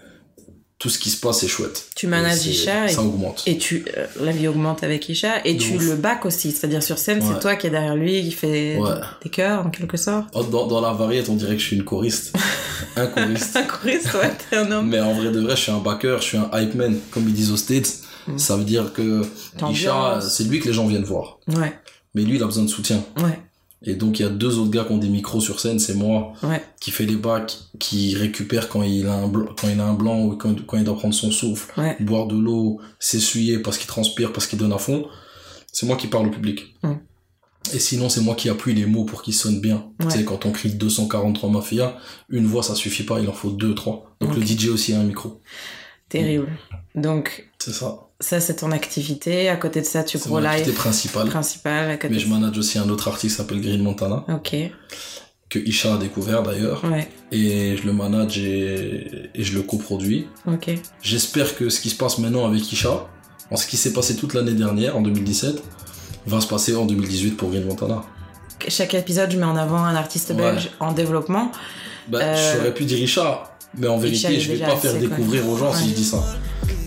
Speaker 8: tout ce qui se passe est chouette.
Speaker 7: Tu manages
Speaker 8: Et c'est-
Speaker 7: Isha et,
Speaker 8: ça augmente.
Speaker 7: et tu euh, la vie augmente avec Isha et
Speaker 8: De
Speaker 7: tu
Speaker 8: ouf.
Speaker 7: le back aussi, c'est-à-dire sur scène,
Speaker 8: Ouais.
Speaker 7: c'est toi qui est derrière lui, qui fait
Speaker 8: Ouais.
Speaker 7: des chœurs en quelque sorte.
Speaker 8: Oh, Dans, dans la variété, on dirait que je suis une choriste, un choriste.
Speaker 7: C'est un choriste, ouais, t'es un homme.
Speaker 8: Mais en vrai de vrai, je suis un backer, je suis un hype man, comme ils disent aux States.
Speaker 7: Mm.
Speaker 8: Ça veut dire que Isha,
Speaker 7: T'ambiances.
Speaker 8: c'est lui que les gens viennent voir.
Speaker 7: Ouais,
Speaker 8: Mais lui, il a besoin de soutien.
Speaker 7: ouais,
Speaker 8: Et donc, il y a deux autres gars qui ont des micros sur scène, c'est moi,
Speaker 7: ouais.
Speaker 8: qui fait les bacs, qui récupère quand il a un, bl- quand il a un blanc ou quand, quand il doit prendre son souffle,
Speaker 7: Ouais.
Speaker 8: boire de l'eau, s'essuyer parce qu'il transpire, parce qu'il donne à fond. C'est moi qui parle au public.
Speaker 7: Mm.
Speaker 8: Et sinon, c'est moi qui appuie les mots pour qu'ils sonnent bien.
Speaker 7: Ouais.
Speaker 8: Tu sais, quand on crie 243 mafia, une voix, ça suffit pas, il en faut deux, trois. Donc,
Speaker 7: Ok.
Speaker 8: le DJ aussi a un micro.
Speaker 7: Terrible. Donc,
Speaker 8: C'est ça.
Speaker 7: ça, c'est ton activité. À côté de ça, tu
Speaker 8: C'est
Speaker 7: gros
Speaker 8: mon activité
Speaker 7: life
Speaker 8: principale.
Speaker 7: principal. À côté
Speaker 8: Mais
Speaker 7: de
Speaker 8: je manage aussi un autre artiste qui s'appelle Green Montana,
Speaker 7: ça. Ok,
Speaker 8: que Isha a découvert d'ailleurs.
Speaker 7: ouais,
Speaker 8: Et je le manage et, et je le coproduis.
Speaker 7: ok.
Speaker 8: J'espère que ce qui se passe maintenant avec Isha, en ce qui s'est passé toute l'année dernière, en 2017, va se passer en 2018 pour Green Montana.
Speaker 7: Chaque épisode, je mets en avant un artiste
Speaker 8: Ouais.
Speaker 7: belge en développement.
Speaker 8: Bah,
Speaker 7: Euh,
Speaker 8: j'aurais pu dire Isha, mais en
Speaker 7: Isha
Speaker 8: vérité,
Speaker 7: est
Speaker 8: je vais
Speaker 7: déjà
Speaker 8: pas faire
Speaker 7: assez, quoi.
Speaker 8: découvrir aux gens si
Speaker 7: Ouais.
Speaker 8: je dis ça.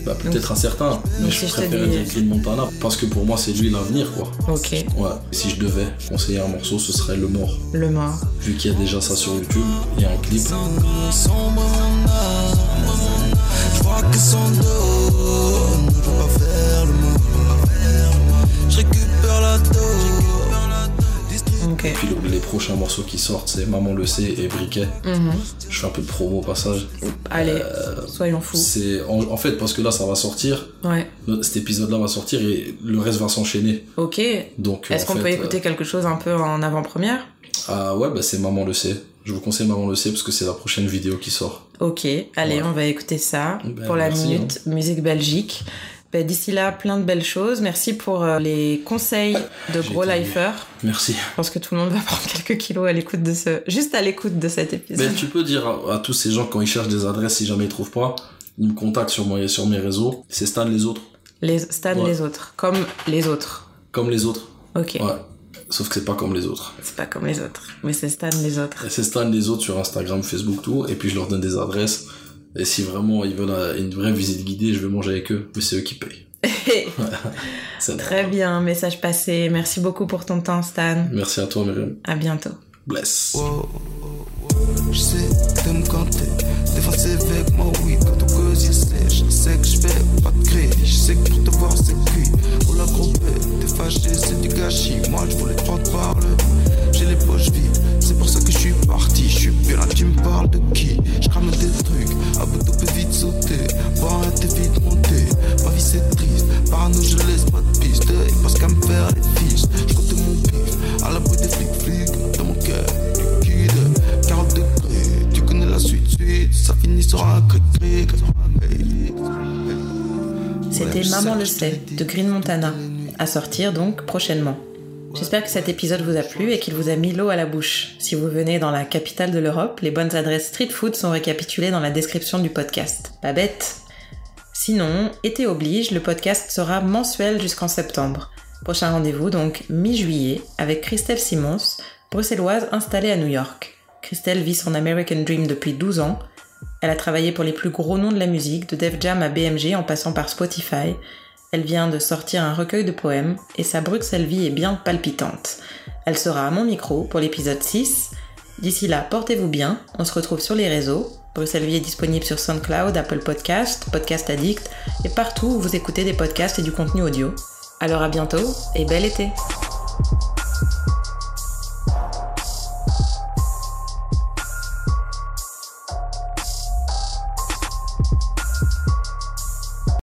Speaker 8: Bah, peut-être à certains, mais
Speaker 7: donc
Speaker 8: je
Speaker 7: si je te
Speaker 8: préférais
Speaker 7: dis-
Speaker 8: dire Green Montana parce que pour moi, c'est lui l'avenir, quoi.
Speaker 7: Ok,
Speaker 8: Ouais, si je devais conseiller un morceau, ce serait Le Mort.
Speaker 7: le mort.
Speaker 8: vu qu'il y a déjà ça sur YouTube, il y a un clip.
Speaker 3: Je vois que son dos ne peut pas faire le mot. Je récupère la dose.
Speaker 7: Ok.
Speaker 8: Puis le- les prochains morceaux qui sortent, c'est Maman le sait et Briquet.
Speaker 7: Mhm.
Speaker 8: Je fais un peu de promo au passage.
Speaker 7: Allez, soyons fous.
Speaker 8: Euh, C'est en, en fait parce que là, ça va sortir.
Speaker 7: Ouais,
Speaker 8: Cet épisode-là va sortir et le reste va s'enchaîner.
Speaker 7: ok. Est-ce
Speaker 8: Donc, en
Speaker 7: qu'on
Speaker 8: fait,
Speaker 7: peut écouter
Speaker 8: euh,
Speaker 7: quelque chose un peu en avant-première
Speaker 8: Ah ouais, bah c'est Maman le sait. Je vous conseille Maman le sait parce que c'est la prochaine vidéo qui sort.
Speaker 7: Ok, allez,
Speaker 8: Voilà.
Speaker 7: on va écouter ça
Speaker 8: Ben,
Speaker 7: pour la
Speaker 8: merci,
Speaker 7: minute musique belgique. Ben, D'ici là, plein de belles choses. Merci pour euh, les conseils de gros
Speaker 4: J'ai été-
Speaker 7: lifers.
Speaker 8: Merci.
Speaker 7: Je pense que tout le monde va prendre quelques kilos à l'écoute de ce, juste à l'écoute de cet épisode.
Speaker 8: Mais Ben, tu peux dire à, à tous ces gens quand ils cherchent des adresses, si jamais ils trouvent pas, ils me contactent sur moi et sur mes réseaux. C'est Stan les autres,
Speaker 7: Les Stan,
Speaker 8: Ouais.
Speaker 7: les autres, comme les autres.
Speaker 8: comme les autres.
Speaker 7: Ok,
Speaker 8: Ouais. Sauf que c'est pas comme les autres.
Speaker 7: c'est pas comme les autres, mais c'est Stan les autres.
Speaker 8: Et C'est Stan les autres sur Instagram, Facebook, tout. Et puis je leur donne des adresses. Et si vraiment ils veulent euh, une vraie visite guidée, je vais manger avec eux. Mais c'est eux qui payent. C'est
Speaker 7: Très bien, message passé. Merci beaucoup pour ton temps, Stan.
Speaker 8: Merci à toi, Myriam.
Speaker 7: À bientôt.
Speaker 8: Bless.
Speaker 3: Oh, Je sais que me compter, des fois c'est avec moi, oui. Quand on cause, il sait, je sais que je fais pas de crédit. Je sais que pour te voir, c'est cuit. Pour la groupe, t'es fâché, c'est du gâchis. Moi, je voulais prendre par le. J'ai les poches vides, c'est pour ça que je suis parti. Je suis plus là, tu me parles de qui Je crame des trucs, à bout de peut vite sauter. Boire un thé vite monter. Ma vie, c'est triste, parano, je laisse pas de piste. Ils pensent qu'à me faire les fiches. Je compte mon pif, à la bout des flics, flics, dans mon cœur, du guide. 40 degrés, tu connais la suite, suite, ça finit sur un cric-cric.
Speaker 7: C'était Maman le sait de Green Montana, à sortir donc prochainement. J'espère que cet épisode vous a plu et qu'il vous a mis l'eau à la bouche. Si vous venez dans la capitale de l'Europe, les bonnes adresses street food sont récapitulées dans la description du podcast. Pas bête Sinon, été oblige, le podcast sera mensuel jusqu'en septembre. Prochain rendez-vous donc mi-juillet avec Christelle Simons, bruxelloise installée à New York. Christelle vit son American Dream depuis 12 ans elle a travaillé pour les plus gros noms de la musique, de Def Jam à BMG en passant par Spotify. Elle vient de sortir un recueil de poèmes et sa Bruxelles vie est bien palpitante. Elle sera à mon micro pour l'épisode 6. D'ici là, portez-vous bien, on se retrouve sur les réseaux. Bruxelles Vie est disponible sur SoundCloud, Apple Podcast, Podcast Addict et partout où vous écoutez des podcasts et du contenu audio. Alors à bientôt et bel été!